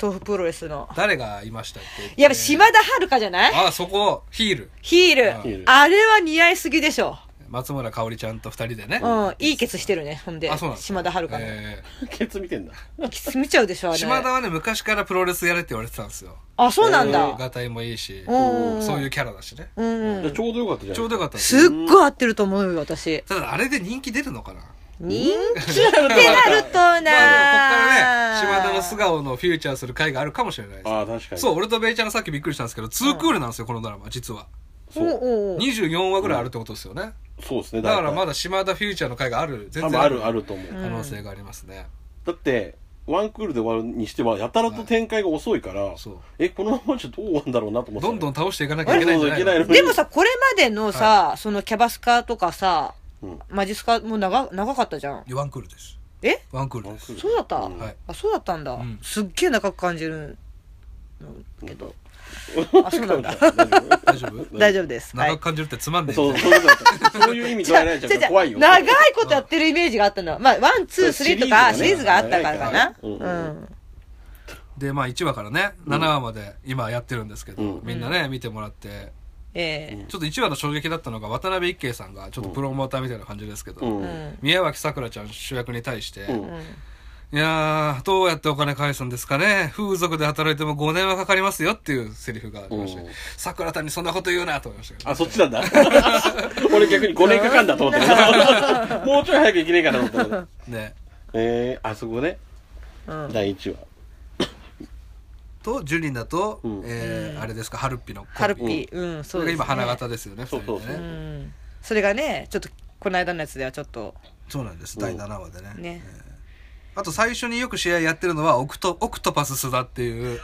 [SPEAKER 1] 豆腐プロレスの。
[SPEAKER 3] 誰がいましたっけ
[SPEAKER 1] やっぱ、島田遥香じゃない
[SPEAKER 3] あそこヒール
[SPEAKER 1] ヒ
[SPEAKER 3] あ
[SPEAKER 1] ー
[SPEAKER 2] ヒー
[SPEAKER 1] ル。
[SPEAKER 2] ル
[SPEAKER 1] あれは似合いすぎでしょ。
[SPEAKER 3] 松村香織ちゃんと二人でね、
[SPEAKER 1] うん、いいケツしてるね、ほんで。
[SPEAKER 3] あそうなんです
[SPEAKER 1] 島田遥香の。
[SPEAKER 3] え
[SPEAKER 2] ケツ見てんだ。
[SPEAKER 1] キス見ちゃうでしょ、あ
[SPEAKER 3] ー
[SPEAKER 1] れ。
[SPEAKER 3] 島田はね昔からプロレスやれって言われてたんですよ
[SPEAKER 1] あ、そうなん
[SPEAKER 2] え
[SPEAKER 1] だ。
[SPEAKER 3] がたいもいいし
[SPEAKER 1] うん
[SPEAKER 3] そういうキャラだしね
[SPEAKER 1] うんう
[SPEAKER 2] で
[SPEAKER 1] ん。
[SPEAKER 2] ちょうどよかったじゃん。
[SPEAKER 3] ちょうどよかったんです
[SPEAKER 1] す
[SPEAKER 3] よ
[SPEAKER 1] っごい合ってると思うよ、私。
[SPEAKER 3] ただあれで人気出るのかな
[SPEAKER 1] 人気ってなると な
[SPEAKER 3] まあでもこっからね島田の素顔のフューチャーする回があるかもしれないです
[SPEAKER 2] ああ、確かに。
[SPEAKER 3] そう俺とベイちゃんがさっきびっくりしたんですけど2クールなんですよこのドラマ実は
[SPEAKER 2] そう。そう
[SPEAKER 1] おうおう
[SPEAKER 3] 24話ぐらいあるってことですよね
[SPEAKER 2] ですね。
[SPEAKER 3] だからま
[SPEAKER 2] だ
[SPEAKER 3] だ島田フューチャーの回がある
[SPEAKER 2] 多
[SPEAKER 3] 全
[SPEAKER 2] 分
[SPEAKER 3] 然
[SPEAKER 2] ある、あると思う。
[SPEAKER 3] 可能性がありますね
[SPEAKER 2] だって、ワンクールで終わるにしては、やたらと展開が遅いから
[SPEAKER 3] そう、
[SPEAKER 2] え、このままじゃどう終わるんだろうなと思ってた
[SPEAKER 3] ど
[SPEAKER 2] の
[SPEAKER 3] んど
[SPEAKER 2] よ。
[SPEAKER 3] ん倒していかなきゃいけないんじゃな
[SPEAKER 2] そうそうい
[SPEAKER 3] い
[SPEAKER 2] けないの
[SPEAKER 1] でもさ、これまでのさ、そのキャバスカとかさ
[SPEAKER 2] うん、
[SPEAKER 1] マジスカも長、長かったじゃん。
[SPEAKER 3] いやワンクールです
[SPEAKER 1] え
[SPEAKER 3] ワンクール
[SPEAKER 2] ワン
[SPEAKER 3] で
[SPEAKER 2] ク
[SPEAKER 3] す
[SPEAKER 2] ール
[SPEAKER 1] そうだった、
[SPEAKER 2] ん
[SPEAKER 3] はい
[SPEAKER 1] あ、そうだったんだ。
[SPEAKER 3] ん
[SPEAKER 1] すっげえ長く感じる。けどあそうなんだ
[SPEAKER 3] 大丈夫
[SPEAKER 1] 大丈夫です。は
[SPEAKER 3] 長
[SPEAKER 1] い
[SPEAKER 3] く。感じるってつまんねえ
[SPEAKER 2] そう、そういうことだったそういう意味捉えられちゃ
[SPEAKER 1] じ
[SPEAKER 2] うか
[SPEAKER 1] ゃじ
[SPEAKER 2] ら
[SPEAKER 1] ゃ
[SPEAKER 2] 怖いよ。
[SPEAKER 1] 長いことやってるイメージがあったのは、まあ、ワン、ツー、スリーとかシ
[SPEAKER 2] シ
[SPEAKER 1] リ
[SPEAKER 2] リ
[SPEAKER 1] ー
[SPEAKER 2] ー
[SPEAKER 1] ズ
[SPEAKER 2] ズ
[SPEAKER 1] が
[SPEAKER 2] が
[SPEAKER 1] あ
[SPEAKER 2] ね
[SPEAKER 1] ったからかな。う
[SPEAKER 2] 長い
[SPEAKER 1] ん。
[SPEAKER 2] からね
[SPEAKER 3] でまあ1話からね7話まで今やってるんですけど、
[SPEAKER 2] うん
[SPEAKER 3] みんなね見てもらって
[SPEAKER 1] え
[SPEAKER 3] ちょっと1話の衝撃だったのが渡辺一慶さんがちょっとプロモーターみたいな感じですけど、
[SPEAKER 2] うん
[SPEAKER 1] え
[SPEAKER 2] うん
[SPEAKER 3] 宮脇さくらちゃん主役に対して、
[SPEAKER 2] うん
[SPEAKER 1] うん。うん。
[SPEAKER 3] いやー、どうやってお金返すんですかね風俗で働いても5年はかかりますよっていうセリフがありまして
[SPEAKER 2] うん、
[SPEAKER 3] 桜田にそんなこと言うなと思いましたけど
[SPEAKER 2] あ、そっちなんだ。 俺逆に5年かかんだと思って たもうちょい早くいけねえかなと思ってた。
[SPEAKER 3] ね。
[SPEAKER 2] えー、あそこね、
[SPEAKER 1] うん
[SPEAKER 2] 第1話。
[SPEAKER 3] と、ジュリナと、
[SPEAKER 2] うん
[SPEAKER 3] えー、あれですか、ハルッピのコンビ。
[SPEAKER 1] ハルピ、うん、そ
[SPEAKER 3] そうれ
[SPEAKER 1] で
[SPEAKER 3] が
[SPEAKER 1] す、ね。
[SPEAKER 3] 今、花形ですよね、
[SPEAKER 2] そうそうそう
[SPEAKER 3] 二人で
[SPEAKER 1] う
[SPEAKER 3] ね
[SPEAKER 1] ん。それがね、ちょっと、この間のやつではちょっと、
[SPEAKER 3] そうなんです、第7話でね。
[SPEAKER 1] ね。
[SPEAKER 3] あと、最初によく試合やってるのは、オクト、オクトパス須田っていう、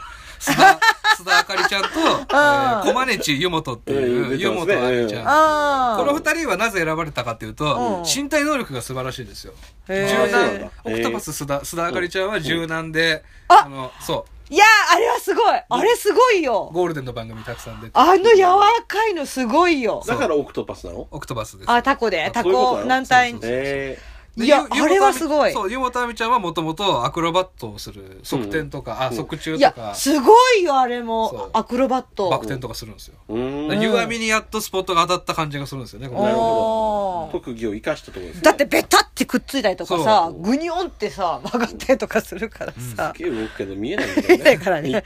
[SPEAKER 3] 須田、須田あかりちゃんと、えーコマネチ湯本って
[SPEAKER 2] う
[SPEAKER 3] い
[SPEAKER 2] ん
[SPEAKER 3] う、湯本あかりちゃん。
[SPEAKER 1] ああ。
[SPEAKER 3] この二人はなぜ選ばれたかっていう
[SPEAKER 1] う
[SPEAKER 3] と、
[SPEAKER 1] ん
[SPEAKER 3] 身体能力が素晴らしいですよ。
[SPEAKER 1] へー
[SPEAKER 3] 柔
[SPEAKER 2] あそうなん
[SPEAKER 3] 軟
[SPEAKER 2] だ、
[SPEAKER 3] オクトパス須田、須田あかりちゃんは柔軟で、
[SPEAKER 1] あ
[SPEAKER 3] あの、そ、
[SPEAKER 1] いやー、あれはすごいあれすごいうよ
[SPEAKER 3] ゴールデンの番組たくさん出て、
[SPEAKER 1] あの柔らかいのすごいよ
[SPEAKER 2] だからオクトパスなの
[SPEAKER 3] オクトパスです。
[SPEAKER 1] あ、タコで、タ
[SPEAKER 2] そういうことな
[SPEAKER 1] コ
[SPEAKER 2] の
[SPEAKER 1] 軟体
[SPEAKER 3] そう。
[SPEAKER 2] え
[SPEAKER 3] で
[SPEAKER 1] いや、
[SPEAKER 3] ゆ
[SPEAKER 1] あれはすごい
[SPEAKER 3] ゆもたみそう、ゆもたみちゃんはもともとアクロバットをする、側転とか、あ、
[SPEAKER 2] うん
[SPEAKER 3] 側中
[SPEAKER 1] い
[SPEAKER 3] と
[SPEAKER 1] や、
[SPEAKER 3] か、
[SPEAKER 1] すごいよ、あれ
[SPEAKER 3] そう
[SPEAKER 1] も。アクロバッ
[SPEAKER 3] バ
[SPEAKER 1] ト
[SPEAKER 3] ク。転とかするんですよ。
[SPEAKER 2] ー、うーん。
[SPEAKER 3] だから弱みにやっとスポットが当たった感じがするんですよね、こ
[SPEAKER 1] お
[SPEAKER 3] の
[SPEAKER 2] な る
[SPEAKER 1] お
[SPEAKER 2] ほ
[SPEAKER 1] ー
[SPEAKER 2] ど特技を生かしたところですね
[SPEAKER 1] だって、ベタってくっついたりとかさ、
[SPEAKER 3] そう
[SPEAKER 1] グニョンってさ、曲がったりとかするからさ。
[SPEAKER 2] すげえ動くけど見えないんだ
[SPEAKER 1] 見え
[SPEAKER 2] よ
[SPEAKER 1] な
[SPEAKER 2] ね
[SPEAKER 1] いからね。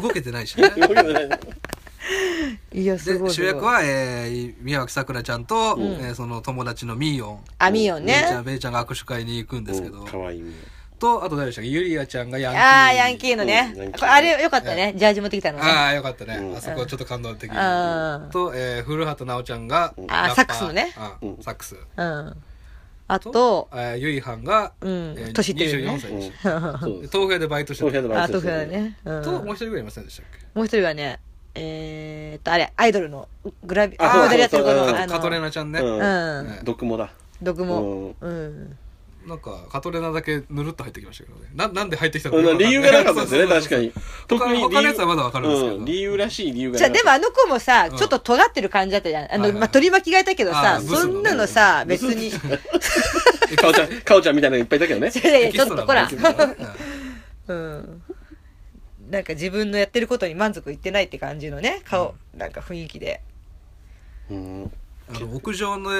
[SPEAKER 3] 動けてないしね。
[SPEAKER 2] 動けない
[SPEAKER 1] いや、すご
[SPEAKER 3] で、
[SPEAKER 1] い。
[SPEAKER 3] 主役、は、えー、宮脇さくらちゃんと、えーその友達のミーヨン。
[SPEAKER 1] あ、ミヨン
[SPEAKER 3] ベイちゃ
[SPEAKER 1] ね
[SPEAKER 3] ん、。ベイちゃんが握手会に行くんですけど
[SPEAKER 2] うん、かわいいね
[SPEAKER 3] と、あと誰でしたっけユリアちゃんがヤンキー。
[SPEAKER 1] ああ、ヤンキーの
[SPEAKER 2] うんヤン
[SPEAKER 1] ね
[SPEAKER 2] キ。ー
[SPEAKER 1] これあれ、よかったね。ジャージ持ってきたのね。
[SPEAKER 3] ああ、よかったね。
[SPEAKER 2] うん
[SPEAKER 3] あそこちょっと感動的。
[SPEAKER 1] うん
[SPEAKER 3] と、えー、古畑奈央ちゃんが、
[SPEAKER 1] あー
[SPEAKER 3] ラッパー
[SPEAKER 1] サックスのね
[SPEAKER 3] う
[SPEAKER 2] うん
[SPEAKER 3] ん、サックス。
[SPEAKER 1] うん。あと
[SPEAKER 3] と、、えー、ゆいはんが、
[SPEAKER 1] うん
[SPEAKER 3] えー
[SPEAKER 1] 年いってるよね
[SPEAKER 3] 24歳でした。
[SPEAKER 2] そう
[SPEAKER 3] で
[SPEAKER 2] です
[SPEAKER 3] 東平でバイトして
[SPEAKER 2] 東
[SPEAKER 3] た
[SPEAKER 2] 平。の
[SPEAKER 1] あ
[SPEAKER 2] バイ
[SPEAKER 1] と
[SPEAKER 2] ト
[SPEAKER 1] ふ
[SPEAKER 2] して
[SPEAKER 1] だ
[SPEAKER 2] る
[SPEAKER 1] ね。うん
[SPEAKER 3] と、もう一人ぐらいいませんでしたっけ
[SPEAKER 1] もう一人はね、えーっと、あれ、アイドルの、グラビ、
[SPEAKER 2] あ
[SPEAKER 1] あ、踊りやってる子
[SPEAKER 2] そうそう
[SPEAKER 1] の、
[SPEAKER 2] そう
[SPEAKER 1] あ
[SPEAKER 3] カトレ
[SPEAKER 1] の、
[SPEAKER 3] ナちゃんね。
[SPEAKER 1] うん
[SPEAKER 3] ね
[SPEAKER 2] 毒もだ
[SPEAKER 1] 毒も。うん。
[SPEAKER 3] なんか、カトレナだけぬるっと入ってきましたけどね。な、なんで入ってきた
[SPEAKER 2] うん理由がなかったですよね確かに
[SPEAKER 3] 特に。他のやつはまだわ
[SPEAKER 2] わ
[SPEAKER 3] かるんですけど。
[SPEAKER 2] 理由らしい理由が
[SPEAKER 1] じゃあ、でもあの子もさ、
[SPEAKER 3] うん
[SPEAKER 1] ちょっと尖ってる感じだったじゃん。あ
[SPEAKER 3] は
[SPEAKER 1] の、
[SPEAKER 3] いはい
[SPEAKER 1] まあ、取り巻きがいたけどさ、
[SPEAKER 3] あー
[SPEAKER 1] そんなのさ、別に。
[SPEAKER 2] かおちゃんかおちゃんみたいなのいっぱいいたけどね
[SPEAKER 1] そ れ
[SPEAKER 3] エ
[SPEAKER 1] で
[SPEAKER 3] キ
[SPEAKER 1] ちょっ
[SPEAKER 3] ス
[SPEAKER 1] と
[SPEAKER 3] トラ
[SPEAKER 1] ほ
[SPEAKER 3] も
[SPEAKER 1] ら
[SPEAKER 3] いる、からね
[SPEAKER 1] うん。なんか自分のやってることに満足いってないって感じのね、顔、なんか雰囲気で。
[SPEAKER 2] うん
[SPEAKER 3] あの屋上の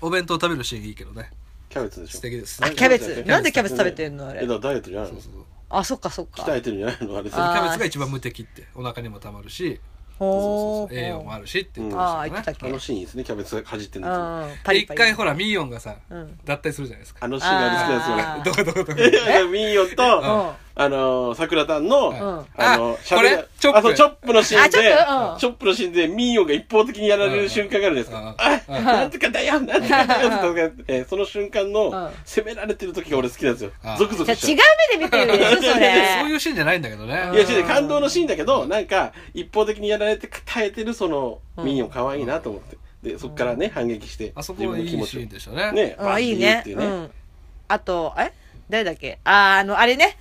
[SPEAKER 3] お弁当食べるシーンいいけどね。
[SPEAKER 2] キャベツでしょ
[SPEAKER 3] 素敵です。
[SPEAKER 1] あ、キャベツ。
[SPEAKER 2] キャベツ
[SPEAKER 1] なんでキャベツ食べてんのあ
[SPEAKER 2] えだ
[SPEAKER 1] れ。
[SPEAKER 2] からダイエットじゃない
[SPEAKER 3] そ
[SPEAKER 2] の
[SPEAKER 3] うそうそう
[SPEAKER 1] あ、そっかそっか。
[SPEAKER 2] 鍛えてるんじゃないのあれ
[SPEAKER 3] キ
[SPEAKER 1] あ
[SPEAKER 2] さ
[SPEAKER 3] ャベツが一番無敵って。お腹にもたまるし、
[SPEAKER 1] ほー。
[SPEAKER 3] 栄養もあるしって言って
[SPEAKER 1] ああ、
[SPEAKER 3] ま
[SPEAKER 1] 言っ
[SPEAKER 3] してた
[SPEAKER 1] たっけ。
[SPEAKER 2] あ
[SPEAKER 1] う
[SPEAKER 2] の
[SPEAKER 1] ん。
[SPEAKER 2] シーンいいですねキャベツがかじってんのあ
[SPEAKER 1] パリ
[SPEAKER 3] けどね。一
[SPEAKER 1] パリ。
[SPEAKER 3] 回ほら、ミーヨンがさ
[SPEAKER 1] うん、
[SPEAKER 3] 脱退するじゃないですか。
[SPEAKER 2] のシーンが好きなんですよね
[SPEAKER 1] あー
[SPEAKER 3] どこどこどこ。
[SPEAKER 2] え ミーヨンと、
[SPEAKER 1] ん
[SPEAKER 2] あのー、桜田の、
[SPEAKER 1] ん
[SPEAKER 2] あのー、
[SPEAKER 3] あ
[SPEAKER 2] しゃべ
[SPEAKER 3] これチョップ
[SPEAKER 2] あ、そう、チョップのシーンで、
[SPEAKER 1] あチ
[SPEAKER 2] チョップのシーンで、ミーヨンが一方的にやられる瞬間があるじゃないですか。
[SPEAKER 3] うん
[SPEAKER 2] あ、なんとかだよ、なんとかだよとかって、えーその瞬間
[SPEAKER 1] うん
[SPEAKER 2] の、攻められてる時が俺好きなんですよ
[SPEAKER 3] あ。
[SPEAKER 2] ゾクゾ
[SPEAKER 1] じ
[SPEAKER 2] ク
[SPEAKER 1] ゃ
[SPEAKER 2] しちゃう。
[SPEAKER 1] あ違う目で見てるでしょ、そ
[SPEAKER 3] そう
[SPEAKER 1] れ。
[SPEAKER 3] いうシーンじゃないんだけど
[SPEAKER 2] い
[SPEAKER 3] ね。
[SPEAKER 2] や、違う、感動のシーンだけど、なんか、一方的にやられて耐えてるその、ミーヨン可愛いなと思って。で、そっからね、反撃して、
[SPEAKER 3] あそこはいいシーンでしたね。
[SPEAKER 2] ね、バ
[SPEAKER 1] あ、
[SPEAKER 2] ーン
[SPEAKER 1] いい
[SPEAKER 2] って言うっ
[SPEAKER 1] ね。
[SPEAKER 2] ていう
[SPEAKER 1] う
[SPEAKER 2] ね。
[SPEAKER 1] ん。あと、え誰だっけあー、あの、あれね。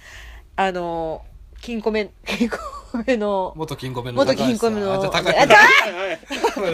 [SPEAKER 1] あの、金庫目、 金庫目の、
[SPEAKER 3] 元金庫目の高
[SPEAKER 1] 元
[SPEAKER 3] 橋さん。
[SPEAKER 1] 金庫目の。
[SPEAKER 3] あじゃあ高
[SPEAKER 1] あ
[SPEAKER 3] 橋
[SPEAKER 1] だ
[SPEAKER 3] さん
[SPEAKER 2] はいは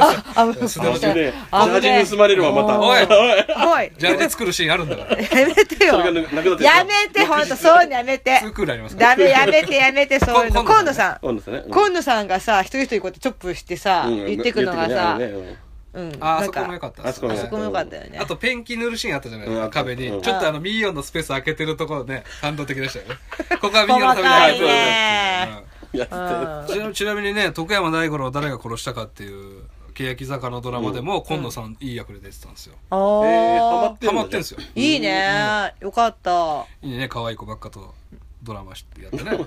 [SPEAKER 2] い
[SPEAKER 1] あ、危ない
[SPEAKER 2] あ
[SPEAKER 3] 素晴らしい
[SPEAKER 2] 危ねえ。ジ
[SPEAKER 1] あ
[SPEAKER 2] ャージ盗まれるわ、また。
[SPEAKER 1] おい
[SPEAKER 2] おい
[SPEAKER 1] おい。
[SPEAKER 3] ジャージ作るシーンあるんだ から。
[SPEAKER 1] やめてよ
[SPEAKER 2] それがなくなって。る
[SPEAKER 1] やめて、ほんと、そういうのやめて
[SPEAKER 3] ツ。ークールありますから
[SPEAKER 1] ダメ、やめて、やめて、そういうの。
[SPEAKER 3] こ
[SPEAKER 1] 河
[SPEAKER 3] 今
[SPEAKER 1] 野
[SPEAKER 3] 度
[SPEAKER 1] さん。
[SPEAKER 2] 今度ですね。うん
[SPEAKER 1] 河野さんがさ、一人一人こうやってチョップしてさ、
[SPEAKER 2] うん
[SPEAKER 1] 言ってくのがさ、
[SPEAKER 2] 言ってくねあれね
[SPEAKER 1] うん。
[SPEAKER 3] ああ
[SPEAKER 1] な
[SPEAKER 3] そ
[SPEAKER 1] ん
[SPEAKER 3] こも良かったです
[SPEAKER 2] あそこも
[SPEAKER 1] あ
[SPEAKER 2] 良
[SPEAKER 1] そこもよかったよね。
[SPEAKER 3] あとペンキ塗るシーンあったじゃないです
[SPEAKER 2] うんあ
[SPEAKER 3] か、
[SPEAKER 2] った
[SPEAKER 3] 壁に。
[SPEAKER 2] うん
[SPEAKER 3] ちょっとあの、ミーヨンのスペース開けてるところね、感動的でし たよね。ここはミーヨンのた
[SPEAKER 1] 細
[SPEAKER 3] めに開
[SPEAKER 1] か
[SPEAKER 3] け
[SPEAKER 1] い
[SPEAKER 3] てるんだっていう
[SPEAKER 1] ね。
[SPEAKER 2] やっ
[SPEAKER 1] う
[SPEAKER 2] てた
[SPEAKER 1] ん。
[SPEAKER 2] よ
[SPEAKER 1] あ
[SPEAKER 3] うんちなちなみにね、徳山大五郎を誰が殺したかっていう、欅坂のドラマでも、今野さんいい役で出てたんですよ。
[SPEAKER 2] えーハマっ
[SPEAKER 1] ー。
[SPEAKER 2] て
[SPEAKER 3] ハ
[SPEAKER 2] る
[SPEAKER 3] マってんす
[SPEAKER 2] じゃ
[SPEAKER 3] よ。
[SPEAKER 1] いいね。よかった。
[SPEAKER 3] いいね、可愛い子ばっかとドラマしてやってね。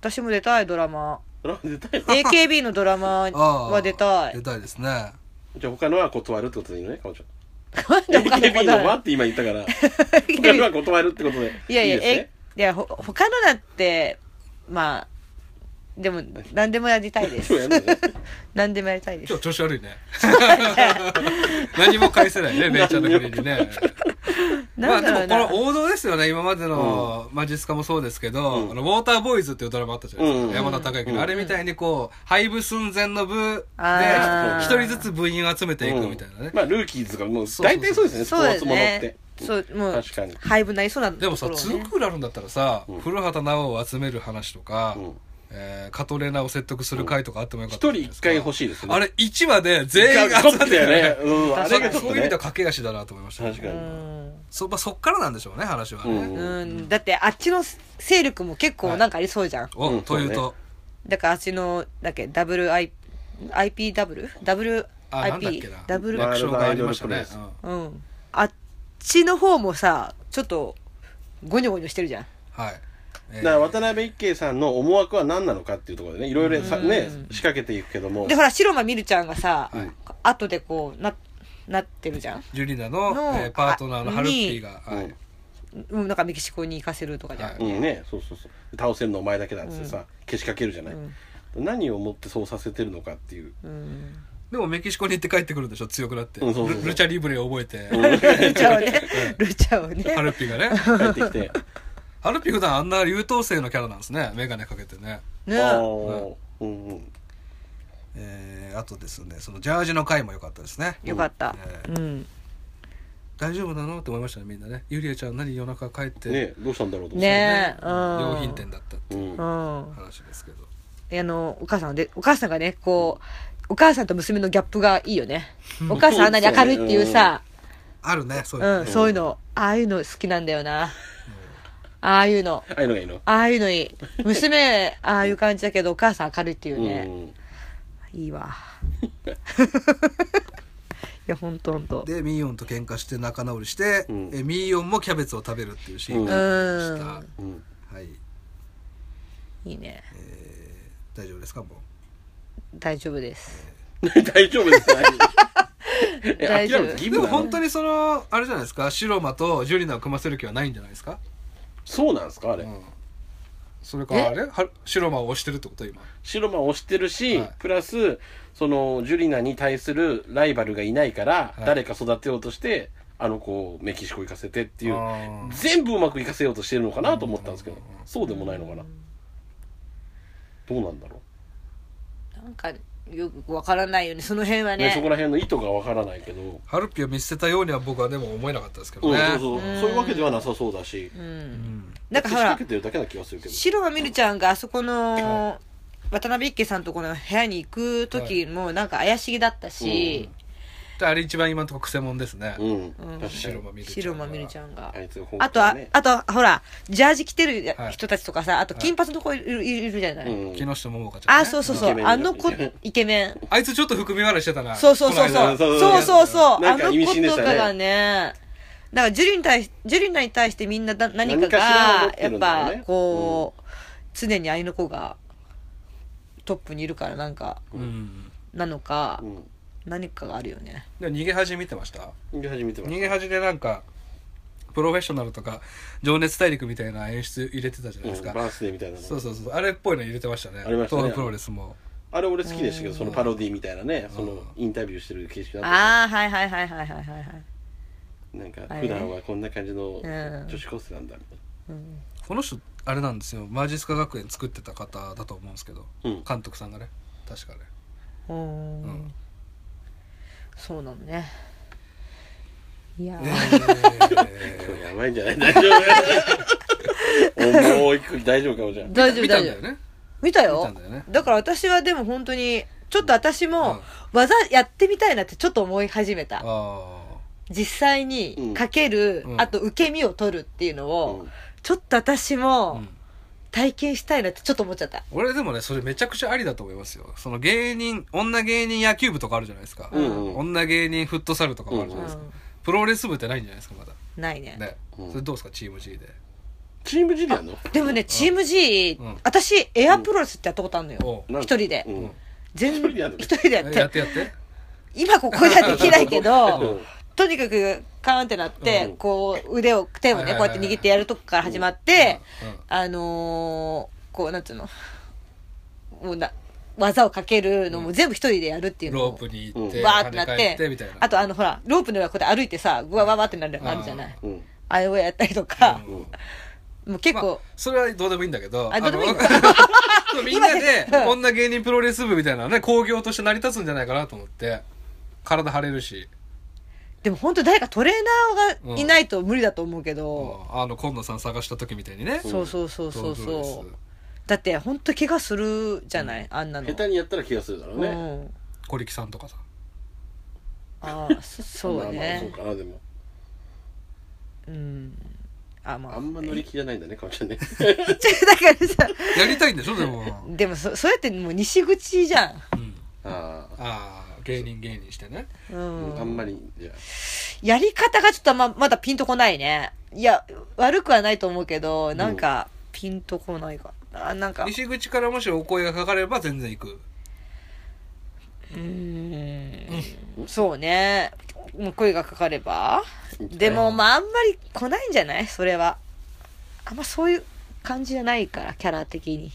[SPEAKER 1] 私も出たいドラマ。
[SPEAKER 2] ドラマ出たいの
[SPEAKER 1] AKB のドラマ
[SPEAKER 3] ああ。
[SPEAKER 1] は出た
[SPEAKER 3] 出
[SPEAKER 1] い。
[SPEAKER 3] たいですね。
[SPEAKER 2] じゃあ他のは断るってことでいいのねかおちゃん
[SPEAKER 1] なんで他
[SPEAKER 2] AKB
[SPEAKER 1] の
[SPEAKER 2] のは
[SPEAKER 1] は
[SPEAKER 2] って今言っ たから他のは
[SPEAKER 1] AKB
[SPEAKER 2] 断るってことで
[SPEAKER 1] いやいや、
[SPEAKER 2] いです
[SPEAKER 1] え
[SPEAKER 2] ね、
[SPEAKER 1] いや、ほ他のだって、まあ、でも、何でもやりたいで
[SPEAKER 2] 今日や
[SPEAKER 1] す。
[SPEAKER 2] るのね
[SPEAKER 1] 何でもやりたいです
[SPEAKER 3] 今。日調子 悪いね。何も返せない ね、レイちゃんの国にね。ま
[SPEAKER 1] な
[SPEAKER 3] あ
[SPEAKER 1] ん
[SPEAKER 3] で
[SPEAKER 1] だろう
[SPEAKER 3] もこ
[SPEAKER 1] な。
[SPEAKER 3] の王道ですよね、今までのマジスカもそうですけど、
[SPEAKER 2] うん
[SPEAKER 3] あのウォーターボーイズっていうドラマあったじゃないですか、
[SPEAKER 2] うん
[SPEAKER 3] 山田孝之
[SPEAKER 2] うん
[SPEAKER 3] の。あれみたいにこう、廃部寸前の部
[SPEAKER 1] あ
[SPEAKER 3] で、
[SPEAKER 1] ー
[SPEAKER 3] 一人ずつ部員を集めていくみたいなね。
[SPEAKER 2] まあルーキーズがもう
[SPEAKER 3] そうそうそう
[SPEAKER 2] 大体そうですねスポ
[SPEAKER 1] そうだ
[SPEAKER 2] ー
[SPEAKER 1] よ
[SPEAKER 2] ツものって
[SPEAKER 1] ね。そう、もう
[SPEAKER 2] 確かに、
[SPEAKER 1] 配分なりそうな
[SPEAKER 3] で
[SPEAKER 1] と
[SPEAKER 3] もさ、
[SPEAKER 1] ころを
[SPEAKER 3] 2
[SPEAKER 1] ね。
[SPEAKER 3] クールあるんだったらさ、
[SPEAKER 2] うん
[SPEAKER 3] 古畑直央を集める話とか、
[SPEAKER 2] うん
[SPEAKER 3] えーカトレーナを説得する回とかあってもよか
[SPEAKER 2] 一
[SPEAKER 3] った
[SPEAKER 2] 人一回欲
[SPEAKER 3] しい
[SPEAKER 2] しいですね
[SPEAKER 3] あれ、1話で全員が
[SPEAKER 2] 頑張
[SPEAKER 3] 集ま
[SPEAKER 2] っ
[SPEAKER 3] ってて
[SPEAKER 2] よ
[SPEAKER 3] る
[SPEAKER 2] ね
[SPEAKER 3] ね。。
[SPEAKER 2] うん、あ
[SPEAKER 1] 確か
[SPEAKER 2] れが
[SPEAKER 1] に
[SPEAKER 2] ちょっ
[SPEAKER 3] そ
[SPEAKER 2] と
[SPEAKER 3] ういう意味
[SPEAKER 2] ね
[SPEAKER 3] では。駆け足だなと思いました、
[SPEAKER 2] 確か
[SPEAKER 1] う
[SPEAKER 2] に。
[SPEAKER 1] ん。
[SPEAKER 3] そまあそっからなんでしょうね、話はね。
[SPEAKER 2] うん
[SPEAKER 1] うん、だってあっちの勢力も結構なんかありそうじゃん。
[SPEAKER 3] お、
[SPEAKER 2] うん
[SPEAKER 3] という
[SPEAKER 2] そう
[SPEAKER 3] と、
[SPEAKER 1] だからあっちの、だっけ、ダブル I、IP ダブルダブル
[SPEAKER 3] あ、なんだっけ
[SPEAKER 1] IP
[SPEAKER 3] な。
[SPEAKER 1] ダブル、
[SPEAKER 2] ま
[SPEAKER 3] 略称がありました
[SPEAKER 2] ワー
[SPEAKER 3] ね
[SPEAKER 2] ルドアイドルプロレス。
[SPEAKER 3] うん
[SPEAKER 1] うん。あっちの方もさ、ちょっと、ゴニョゴニョしてるじゃん。
[SPEAKER 3] はい。え
[SPEAKER 2] だ
[SPEAKER 3] ー
[SPEAKER 2] から渡辺一慶さんの思惑は何なのかっていうところでね、いろいろさ
[SPEAKER 1] うん
[SPEAKER 2] ね、仕掛けていくけども
[SPEAKER 1] で、、ほら、白間みるちゃんがさ、
[SPEAKER 3] はい
[SPEAKER 1] 後でこう、な、なってるじゃん。
[SPEAKER 3] ジュリナの
[SPEAKER 1] の
[SPEAKER 3] えーパートナーの
[SPEAKER 1] あ
[SPEAKER 3] ハルッピーが、
[SPEAKER 2] うん
[SPEAKER 3] はい
[SPEAKER 1] うんなんかメキシコに行かせるとかじゃん。
[SPEAKER 3] は
[SPEAKER 2] うんね、そうそうそう。倒せるのお前だけだっつってさ、けしかけるじゃない。何をもってそうさせてるのかっていう。
[SPEAKER 1] うん。
[SPEAKER 3] でもメキシコに行って帰ってくるんでしょ強くなって、
[SPEAKER 2] うんそうそうそう
[SPEAKER 3] ルルチャリブレを覚えて、
[SPEAKER 1] ルチャをね、ルチャをね。
[SPEAKER 3] ハルッピーがね
[SPEAKER 2] 帰ってきて、
[SPEAKER 3] ハルッピー普段あんな優等生のキャラなんですね眼鏡かけてね
[SPEAKER 1] ね
[SPEAKER 2] あーうんうん。
[SPEAKER 3] えー、あとですねそのジャージの回も良かったですね
[SPEAKER 1] よかった。う
[SPEAKER 3] う
[SPEAKER 1] ん。
[SPEAKER 3] 大丈夫なのって思いましたねみんなねゆりえちゃん何夜中帰って、
[SPEAKER 2] ね、どうしたんだろうと思って。
[SPEAKER 1] ねえ。うん。
[SPEAKER 3] 良品店だったって
[SPEAKER 2] う
[SPEAKER 3] いうん
[SPEAKER 1] う。ん。
[SPEAKER 3] 話ですけど、
[SPEAKER 1] あの、お母さんで、お母さんがね、こう、お母さんと娘のギャップがいいよね。お母さんあんなに明るいっていうさ、
[SPEAKER 3] あるねそういう
[SPEAKER 1] う
[SPEAKER 3] の
[SPEAKER 1] ん、そういうの、ああいうの好きなんだよな。ああいうの、
[SPEAKER 2] ああいうのがいいの。
[SPEAKER 1] ああいうのいい。娘、ああいう感じだけど、お母さん明るいっていう
[SPEAKER 2] う
[SPEAKER 1] ね。
[SPEAKER 2] ん。
[SPEAKER 1] いいわ。 いや、ほんとほんと。
[SPEAKER 3] でミーヨンと喧嘩して仲直りして、
[SPEAKER 2] うん
[SPEAKER 3] えーミーヨンもキャベツを食べるっていうシーン
[SPEAKER 1] う
[SPEAKER 3] がありました、
[SPEAKER 1] ん。
[SPEAKER 2] うん。
[SPEAKER 3] はい
[SPEAKER 1] いいね。
[SPEAKER 3] 大丈夫ですかも
[SPEAKER 1] 大丈夫です。
[SPEAKER 2] 大丈夫です。
[SPEAKER 1] 大
[SPEAKER 2] 大
[SPEAKER 1] 丈
[SPEAKER 2] 丈
[SPEAKER 1] 夫
[SPEAKER 2] 夫。諦めて義
[SPEAKER 3] うで
[SPEAKER 2] 務
[SPEAKER 3] も
[SPEAKER 2] なの
[SPEAKER 3] 本当にそのあれじゃないですか白間とジュリナを組ませる気はないんじゃないですか、
[SPEAKER 2] そうなんですかあれ
[SPEAKER 3] う。ん、それからあれは白間を推してるってこと今
[SPEAKER 2] 白馬を押してるし、
[SPEAKER 3] はい
[SPEAKER 2] プラスそのジュリナに対するライバルがいないから、
[SPEAKER 3] はい
[SPEAKER 2] 誰か育てようとしてあの子をメキシコ行かせてっていう
[SPEAKER 3] あー
[SPEAKER 2] 全部うまくいかせようとしてるのかなと思ったんですけど、そうでもないのかな、どうなんだろ
[SPEAKER 1] なんか、よくわからないよね、その辺は
[SPEAKER 2] う、ね
[SPEAKER 1] ね。
[SPEAKER 2] そこら辺の意図がわからないけど、うん
[SPEAKER 3] ハルピを見捨てたようには僕はでも思えなかったですけ
[SPEAKER 2] そ
[SPEAKER 3] ど
[SPEAKER 2] う
[SPEAKER 3] ね、
[SPEAKER 2] そうそういうわけではなさそうだし、
[SPEAKER 3] うん
[SPEAKER 1] なんかほら
[SPEAKER 2] 仕掛け、てるだけな気がするけど
[SPEAKER 1] 白はみるちゃんがあそこの渡辺一家さんとこの部屋に行く時もなんか怪しげだったし、
[SPEAKER 3] であれ一番今のところクセモンですね、
[SPEAKER 2] うん、
[SPEAKER 1] うん
[SPEAKER 2] 確かに
[SPEAKER 3] 白間見るちゃん
[SPEAKER 1] 白間みるちゃんが
[SPEAKER 2] あ。いつ本
[SPEAKER 1] あとは、あと、ほら、ジャージ着てる
[SPEAKER 3] はい
[SPEAKER 1] 人たちとかさ、あと金髪の子いる,、いるじゃない。
[SPEAKER 2] うん、
[SPEAKER 3] 木下桃香ちゃん、ね、
[SPEAKER 1] あ、そうそう
[SPEAKER 2] イ
[SPEAKER 1] そ
[SPEAKER 2] ケメ
[SPEAKER 1] う。
[SPEAKER 2] ンだ
[SPEAKER 1] あ
[SPEAKER 2] よね
[SPEAKER 1] の子、イケメン。
[SPEAKER 3] あいつちょっと含み笑いしてたな
[SPEAKER 1] そうそうそう
[SPEAKER 3] この
[SPEAKER 1] そ
[SPEAKER 3] 間
[SPEAKER 1] う。
[SPEAKER 2] この
[SPEAKER 1] そう
[SPEAKER 2] 間
[SPEAKER 1] そうそう。
[SPEAKER 2] な
[SPEAKER 1] あ
[SPEAKER 2] んか
[SPEAKER 1] の
[SPEAKER 2] 意味
[SPEAKER 1] 子
[SPEAKER 2] 深で
[SPEAKER 1] と
[SPEAKER 2] した
[SPEAKER 1] か
[SPEAKER 2] ね
[SPEAKER 1] がね、だからジュリに対し、ジュリナに対してみんなだ何か
[SPEAKER 2] 何かしらを持っ
[SPEAKER 1] が、
[SPEAKER 2] て
[SPEAKER 1] や
[SPEAKER 2] る
[SPEAKER 1] っ
[SPEAKER 2] んだよね
[SPEAKER 1] ぱこう、常にあいの子がトップにいるからなんか、
[SPEAKER 3] うん
[SPEAKER 1] なのか
[SPEAKER 2] う、ん
[SPEAKER 1] 何かがあるよね。
[SPEAKER 3] で逃げ恥見てました
[SPEAKER 2] 見始めてます
[SPEAKER 3] 逃げ恥でなんかプロフェッショナルとか情熱大陸みたいな演出入れてたじゃないです
[SPEAKER 2] う
[SPEAKER 3] か、
[SPEAKER 2] ん、バースデーみたいなの
[SPEAKER 3] そうそうそうあれっぽいの入れてましたね
[SPEAKER 2] ありましたね
[SPEAKER 3] 東亜プロレスも
[SPEAKER 2] あれ俺好きでしたけどそのパロディみたいなねそのインタビューしてる形式だったじゃん
[SPEAKER 1] ああ、はいはいはいはいはいはいはい。
[SPEAKER 2] なんか普段はこんな感じの
[SPEAKER 1] うん
[SPEAKER 2] 女子高生なんだみ
[SPEAKER 1] うん
[SPEAKER 3] この人あれなんですよマジスカ学園作ってた方だと思うんですけど、
[SPEAKER 2] うん
[SPEAKER 3] 監督さんがね確かね
[SPEAKER 1] うーん
[SPEAKER 3] ん
[SPEAKER 1] そうなのね。いやー、
[SPEAKER 2] たいな、やばいんじゃない大 丈夫重い大丈夫かもじゃん
[SPEAKER 1] 大丈夫
[SPEAKER 3] 見た
[SPEAKER 1] 大丈
[SPEAKER 3] んだよ
[SPEAKER 1] 夫。
[SPEAKER 3] ね
[SPEAKER 1] 見た
[SPEAKER 3] 見
[SPEAKER 1] よ
[SPEAKER 3] たんだよね
[SPEAKER 1] だから私はでも本当にちょっと私も、技やってみたいなってちょっと思い始めた。
[SPEAKER 3] あ
[SPEAKER 1] 実際にかける、
[SPEAKER 3] うん
[SPEAKER 1] あと受け身を取るっていうのを、
[SPEAKER 2] うん
[SPEAKER 1] ちょっと私
[SPEAKER 3] あ、う
[SPEAKER 1] も
[SPEAKER 3] ん
[SPEAKER 1] 体験したいなってちょっと思っちゃった。
[SPEAKER 3] 俺でもねそれめちゃくちゃありだと思いますよその芸人女芸人野球部とかあるじゃないですか、
[SPEAKER 2] うんうん
[SPEAKER 3] 女芸人フットサルとかもあるじゃ
[SPEAKER 1] う
[SPEAKER 3] ないですか、
[SPEAKER 1] ん、
[SPEAKER 3] プロレス部ってないんじゃないですかまだ
[SPEAKER 1] ないね
[SPEAKER 3] ね、
[SPEAKER 2] うん
[SPEAKER 3] それどうですかチーム G で
[SPEAKER 2] チームジリアンの
[SPEAKER 1] でもね、チーム G、
[SPEAKER 3] うん
[SPEAKER 1] 私、エアプロレスってやったことあるのよ。
[SPEAKER 3] お
[SPEAKER 1] 一人で
[SPEAKER 2] う。ん
[SPEAKER 1] 全
[SPEAKER 2] 一人でやる
[SPEAKER 1] 一人でやっ。
[SPEAKER 3] えやっててやって
[SPEAKER 1] 今ここではできないけ
[SPEAKER 2] う
[SPEAKER 1] ど
[SPEAKER 2] ん、
[SPEAKER 1] とにかくカーンってなって、
[SPEAKER 2] うん
[SPEAKER 1] こう、腕を、手をね、
[SPEAKER 3] はいはい
[SPEAKER 1] こう
[SPEAKER 3] はい
[SPEAKER 1] やって握ってやるとこから始まって、
[SPEAKER 3] うんうん
[SPEAKER 1] あのー、こう、なんつうの、もうな、技をかけるのも全部一人でやるっていうのを
[SPEAKER 3] ロープに行って、
[SPEAKER 2] うん
[SPEAKER 1] わーってなっ
[SPEAKER 3] 跳ね
[SPEAKER 1] て
[SPEAKER 3] 返ってみたいな
[SPEAKER 1] あとあのほらロープの上をこうやって歩いてさぐわわわってなるのあるじゃない
[SPEAKER 2] うん
[SPEAKER 1] あれをやったりとか、
[SPEAKER 2] うん
[SPEAKER 1] もう結
[SPEAKER 3] まあ
[SPEAKER 1] 構、、
[SPEAKER 3] それはどうでもいいんだけど
[SPEAKER 1] あどうで もいいの
[SPEAKER 3] あのみんな
[SPEAKER 1] 今
[SPEAKER 3] で
[SPEAKER 1] ねうん
[SPEAKER 3] 女芸人プロレス部みたいなのね興行として成り立つんじゃないかなと思って体張れるし、
[SPEAKER 1] でも本当誰かトレーナーがいないと無理だと思うけ
[SPEAKER 3] う
[SPEAKER 1] ど、
[SPEAKER 3] んあの今野さん探した時みたいにね
[SPEAKER 1] そうそうそうそう
[SPEAKER 3] プロレス
[SPEAKER 1] そうだって本当怪我するじゃない、あんなの
[SPEAKER 2] 下手にやったら気がするだろう
[SPEAKER 1] う
[SPEAKER 2] ね。
[SPEAKER 1] ん
[SPEAKER 3] 小力さんとかさ
[SPEAKER 1] あ あそそうね
[SPEAKER 2] まあまあそうかな、でも。
[SPEAKER 1] うんあまあ
[SPEAKER 2] あんま乗り気じゃないんだね、かおちゃんね。
[SPEAKER 1] だからさ
[SPEAKER 3] やりたいんでしょでも、
[SPEAKER 1] でもそそうやってもう西口じゃ
[SPEAKER 3] うん
[SPEAKER 2] ああ。
[SPEAKER 3] ああ芸人芸人してね
[SPEAKER 1] ん、うん、
[SPEAKER 2] あんまり、じゃ
[SPEAKER 1] やり方がちょっとま、まだピンとこないね。いや、悪くはないと思うけど、なんか、ピンとこないか。あ、なんか、う
[SPEAKER 3] 西口からもしお声がかかれば全然行く
[SPEAKER 1] ーん、そうね。もう声がかかれば。でも、
[SPEAKER 3] うん
[SPEAKER 1] まあ、あんまり来ないんじゃないそれは。あんまそういう感じじゃないから、キャラ的に。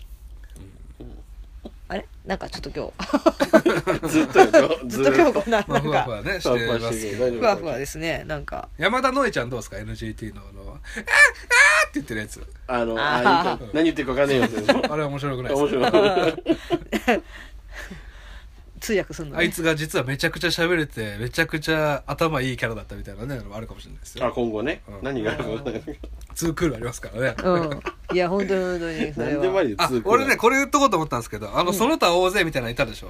[SPEAKER 1] あれなんかちょっと今
[SPEAKER 2] あ。ずっとよ、
[SPEAKER 1] 日、
[SPEAKER 2] ず
[SPEAKER 1] ずっと 今日こんな、
[SPEAKER 3] ま
[SPEAKER 1] な
[SPEAKER 3] あ
[SPEAKER 1] ん
[SPEAKER 3] ふわふ
[SPEAKER 1] か、
[SPEAKER 3] わね
[SPEAKER 2] ふ
[SPEAKER 3] し
[SPEAKER 2] わ
[SPEAKER 3] て
[SPEAKER 2] ふわ
[SPEAKER 3] ま
[SPEAKER 2] し
[SPEAKER 3] す
[SPEAKER 2] て
[SPEAKER 3] け
[SPEAKER 2] るけど大
[SPEAKER 3] ど
[SPEAKER 2] 丈夫
[SPEAKER 1] ふわふわですね、なんか。
[SPEAKER 3] 山田のえちゃんどうですか NGT のあの「あああ!」って言ってるやつ
[SPEAKER 2] あの、
[SPEAKER 1] あー
[SPEAKER 2] ああいう何言ってるか分かんねえよって。
[SPEAKER 3] あれ面白くないです
[SPEAKER 2] 面
[SPEAKER 3] か
[SPEAKER 2] 白い。
[SPEAKER 1] 通訳するの、
[SPEAKER 3] あ
[SPEAKER 1] ね。
[SPEAKER 3] いつが実はめちゃくちゃ喋れてめちゃくちゃ頭いいキャラだったみたいなねのもあるかもしれないです
[SPEAKER 2] あ、
[SPEAKER 3] よ
[SPEAKER 2] 今後ね
[SPEAKER 3] うん。
[SPEAKER 2] 何があるか分かんないけど。
[SPEAKER 3] ツークールありますからね
[SPEAKER 1] うん。いや、本当に本当に、それ
[SPEAKER 2] 何
[SPEAKER 1] は。
[SPEAKER 2] でもありで
[SPEAKER 3] あ
[SPEAKER 2] 続く。
[SPEAKER 3] 俺ねこれ言っとこうと思ったんですけどあのその他大勢みたいなのいたでしょ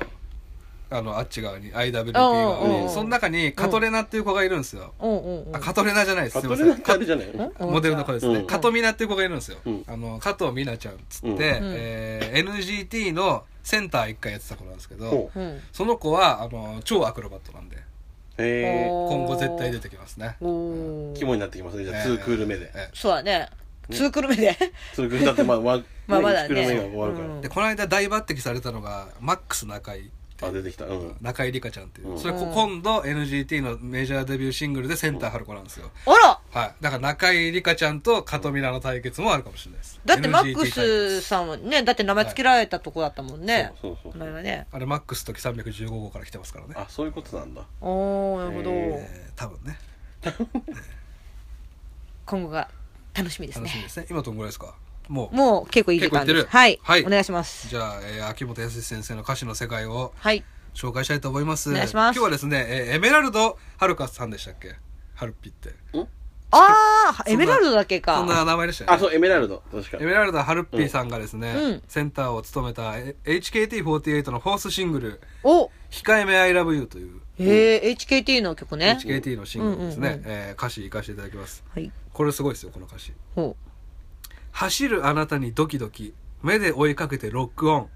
[SPEAKER 3] あのあっち側に IWP
[SPEAKER 1] うんうん
[SPEAKER 3] 側
[SPEAKER 1] うん
[SPEAKER 3] にその中にカトレナっていう子がいるんですよ
[SPEAKER 1] うんうんうん
[SPEAKER 3] あ。カトレナじゃないです
[SPEAKER 2] カ
[SPEAKER 3] す
[SPEAKER 2] ト
[SPEAKER 3] いま
[SPEAKER 2] レー
[SPEAKER 3] せ
[SPEAKER 2] なん
[SPEAKER 3] ん
[SPEAKER 2] てあれじゃないの
[SPEAKER 1] うん
[SPEAKER 3] モデルの子ですね、
[SPEAKER 2] うん
[SPEAKER 3] 加藤美奈っていう子がいるんですよ、
[SPEAKER 2] うん
[SPEAKER 3] あの加藤美奈ちゃんっつって、
[SPEAKER 2] うん
[SPEAKER 3] えー NGT のセンター一回やってた子なんですけど
[SPEAKER 2] ほう
[SPEAKER 1] うん。
[SPEAKER 3] その子はあの超アクロバットなんで
[SPEAKER 2] へえ。
[SPEAKER 3] 今後絶対出てきますね、
[SPEAKER 1] おー
[SPEAKER 2] 肝になってきますね。じゃあ、ツークール目で。
[SPEAKER 3] え
[SPEAKER 1] そうだね。ツークル目で。
[SPEAKER 2] ツークールだって、まあ、ワン、
[SPEAKER 1] まあまだね
[SPEAKER 2] ツークール目が終わるか
[SPEAKER 1] う
[SPEAKER 3] え
[SPEAKER 1] ん
[SPEAKER 3] でこの間大抜擢されたのがマックス中井
[SPEAKER 2] ら。あ、出てきた。うん。
[SPEAKER 3] 中井里香ちゃんっていう、
[SPEAKER 2] うん
[SPEAKER 3] それこ
[SPEAKER 1] うん
[SPEAKER 3] 今度 NGT のメジャーデビューシングルでセンター張る子なんですよ、
[SPEAKER 1] あら
[SPEAKER 3] はいだから中井里香ちゃんと加藤美奈の対決もあるかもしれないです
[SPEAKER 1] だってマッ
[SPEAKER 3] NGT
[SPEAKER 1] ク
[SPEAKER 3] 対決
[SPEAKER 1] スさんはね、だって名前付けられたとこだったもんね。
[SPEAKER 2] そうそうそう
[SPEAKER 1] 前はね。
[SPEAKER 3] あれマックス時315号から来てますからね
[SPEAKER 2] あ、そういうことなんだ。
[SPEAKER 1] おー、なるほど。
[SPEAKER 3] えー多分ね
[SPEAKER 1] 今後が楽しみです
[SPEAKER 3] 楽しみ
[SPEAKER 1] ね。
[SPEAKER 3] ですね今どんぐらいですかもう
[SPEAKER 1] もう結構いい時間で
[SPEAKER 3] 結
[SPEAKER 1] す。
[SPEAKER 3] 構
[SPEAKER 1] はい
[SPEAKER 3] って
[SPEAKER 1] い
[SPEAKER 3] る。はい
[SPEAKER 1] お願いします。
[SPEAKER 3] じゃあ、えー秋元康先生の歌詞の世界を
[SPEAKER 1] はい。
[SPEAKER 3] 紹介したいと思います
[SPEAKER 1] お願いします
[SPEAKER 3] 今日はですね、えーエメラルドはるかさんでしたっけはるっぴって
[SPEAKER 1] あー、
[SPEAKER 3] そんな
[SPEAKER 1] エメラルドだけ
[SPEAKER 3] そんな
[SPEAKER 1] か。
[SPEAKER 3] 名前でした
[SPEAKER 2] あ、
[SPEAKER 3] よね
[SPEAKER 2] そう、エメラルド。確か
[SPEAKER 3] エ。メラルドはるっぴさんがですね、
[SPEAKER 1] うん
[SPEAKER 3] センターを務めたえ HKT48 のフォースシングル
[SPEAKER 1] お
[SPEAKER 3] 「控えめ ILOVEYOU」という
[SPEAKER 1] へえ、HKT の曲ね。
[SPEAKER 3] HKT のシングルですね、
[SPEAKER 1] うんうんうん
[SPEAKER 3] えー歌詞いかせていただきます
[SPEAKER 1] はい。
[SPEAKER 3] これすごいですよこの歌詞
[SPEAKER 1] ほ
[SPEAKER 3] 走るあなたにドキドキ目で追いかけてロックオン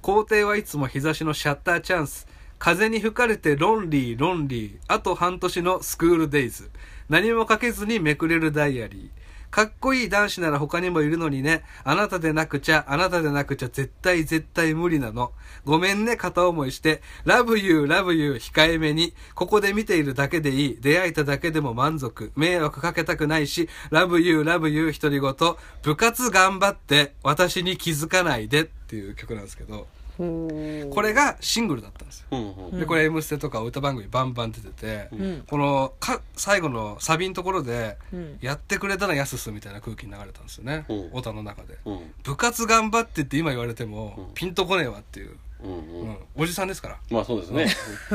[SPEAKER 3] 校庭はいつも日差しのシャッターチャンス風に吹かれてロンリーロンリーあと半年のスクールデイズ何もかけずにめくれるダイアリーかっこいい男子なら他にもいるのにね。あなたでなくちゃ、あなたでなくちゃ、絶対絶対無理なの。ごめんね、片思いして。ラブユー、ラブユー、控えめに。ここで見ているだけでいい。出会えただけでも満足。迷惑かけたくないし、ラブユー、ラブユー、独り言。部活頑張って、私に気づかないでっていう曲なんですけ
[SPEAKER 1] う。
[SPEAKER 3] ど、
[SPEAKER 1] ほう。
[SPEAKER 3] これがシングルだったんですよ。
[SPEAKER 2] うんうん。
[SPEAKER 3] でこれ「M ステ」とか歌番組バンバン出てて、
[SPEAKER 1] ん
[SPEAKER 3] このか最後のサビのところで
[SPEAKER 1] うん
[SPEAKER 3] 「やってくれたらやすす」みたいな空気に流れたんですよね
[SPEAKER 2] うん
[SPEAKER 3] オタ、の中で、
[SPEAKER 2] うん。
[SPEAKER 3] 部活頑張ってって今言われても、
[SPEAKER 2] うん
[SPEAKER 3] ピンとこねえわっていう、
[SPEAKER 2] うん
[SPEAKER 3] う
[SPEAKER 2] うん。
[SPEAKER 3] んおじさんですから
[SPEAKER 2] まあ、そうですね。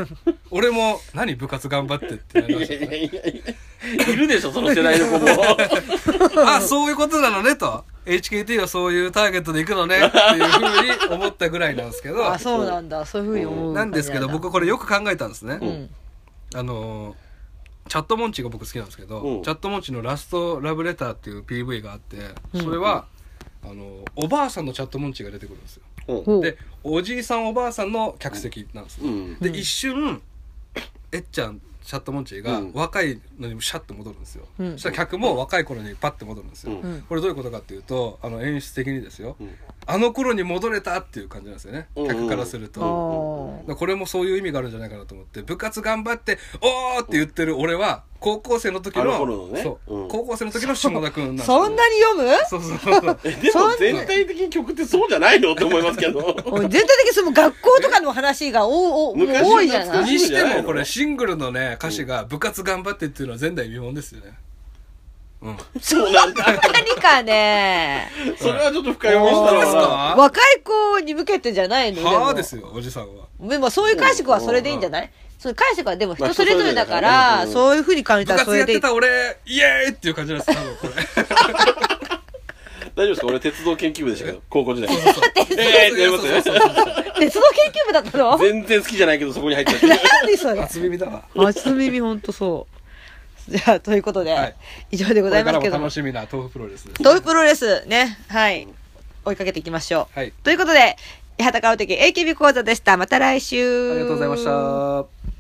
[SPEAKER 3] 俺も「何部活頑張って」ってなり
[SPEAKER 2] い
[SPEAKER 3] ま
[SPEAKER 2] や
[SPEAKER 3] した
[SPEAKER 2] い
[SPEAKER 3] ね
[SPEAKER 2] やいやいやいるでしょ、その世代の子も。
[SPEAKER 3] あそういうことなのねと HKT はそういうターゲットで行 くのねっていうふうに思ったぐらいなんですけど
[SPEAKER 1] あ、そうなんだ。そういうふうに思う。
[SPEAKER 3] なんですけど僕、これよく考えたんですね、
[SPEAKER 1] うん。
[SPEAKER 3] あのーチャットモンチーが僕好きなんですけど、
[SPEAKER 2] うん
[SPEAKER 3] チャットモンチーの「ラストラブレター」っていう PV があってそれは、あのーおばあさんのチャットモンチーが出てくるんですよ
[SPEAKER 2] うん
[SPEAKER 1] ほう
[SPEAKER 3] でおじいさんおばあさんの客席なんです、
[SPEAKER 2] うん
[SPEAKER 3] で
[SPEAKER 1] うん
[SPEAKER 3] 一瞬えっちゃんチャットモンチーが
[SPEAKER 2] うん
[SPEAKER 3] 若いのにもシャッと戻るんですよ、
[SPEAKER 1] うん
[SPEAKER 3] そしたら客も若い頃にパッて戻るんですよ、
[SPEAKER 2] うん
[SPEAKER 1] うん
[SPEAKER 3] これどういうことかっていうとあの演出的にですよ、
[SPEAKER 2] うん
[SPEAKER 3] あの頃に戻れたっていう感じなんですよね
[SPEAKER 2] うん
[SPEAKER 3] 客からすると、
[SPEAKER 1] あー
[SPEAKER 3] これもそういう意味があるんじゃないかなと思って部活頑張って「おー!」って言ってる俺は高校生の時
[SPEAKER 2] あ
[SPEAKER 3] の
[SPEAKER 2] の頃のね
[SPEAKER 3] そう
[SPEAKER 2] うん
[SPEAKER 3] 高校生の時の下田君なんです
[SPEAKER 1] そんなに読む
[SPEAKER 3] そうそうそうそう
[SPEAKER 2] えで
[SPEAKER 1] そん
[SPEAKER 2] も
[SPEAKER 1] な
[SPEAKER 2] 全体的に曲ってそうじゃないのって思いますけど
[SPEAKER 1] 全体的にその学校とかの話がおおもう
[SPEAKER 2] 昔の
[SPEAKER 1] 多いじゃない
[SPEAKER 2] 懐か
[SPEAKER 3] にしてもこれシングルのね歌詞が「部活頑張って」っていうのは前代未聞ですよねうん
[SPEAKER 2] そうなんだ
[SPEAKER 1] 何かね
[SPEAKER 2] それはちょっと深読みし
[SPEAKER 3] 本
[SPEAKER 2] た
[SPEAKER 3] 当
[SPEAKER 2] の
[SPEAKER 3] です
[SPEAKER 2] は
[SPEAKER 3] か
[SPEAKER 1] 若い子に向けてじゃないのでも
[SPEAKER 3] はあですよおじさんは
[SPEAKER 1] でもそういう解釈はそれでいいんじゃないその解釈はでも人それぞれだか
[SPEAKER 2] まあ
[SPEAKER 1] ら、
[SPEAKER 2] 人それぞれだからねうん
[SPEAKER 1] そういうふうに感じ
[SPEAKER 3] 部
[SPEAKER 1] たらそ
[SPEAKER 3] 活
[SPEAKER 1] れ
[SPEAKER 3] やっ
[SPEAKER 1] でいい
[SPEAKER 3] て。た俺イエーイっていう感じなんです多分これ
[SPEAKER 2] 大丈夫ですか俺鉄道研究部でしたけど高校時代ええってやります
[SPEAKER 3] そうそうそうそう
[SPEAKER 1] 鉄道研究部だったの
[SPEAKER 2] 全然好きじゃないけどそこに入っちゃって
[SPEAKER 1] 何 それ
[SPEAKER 3] 初耳だわ
[SPEAKER 1] 初耳ほんとそう。じゃあ、ということで、
[SPEAKER 3] はい
[SPEAKER 1] 以上でご
[SPEAKER 3] こ
[SPEAKER 1] ざい
[SPEAKER 3] れ
[SPEAKER 1] ま
[SPEAKER 3] か
[SPEAKER 1] す
[SPEAKER 3] らも
[SPEAKER 1] けども
[SPEAKER 3] 楽。しみな豆腐プロレスです
[SPEAKER 1] トイプロレスね、はい。追いかけていきましょう。
[SPEAKER 3] はい
[SPEAKER 1] ということで、八幡薫的 AKB 講座でした。また来週。
[SPEAKER 3] ありがとうございました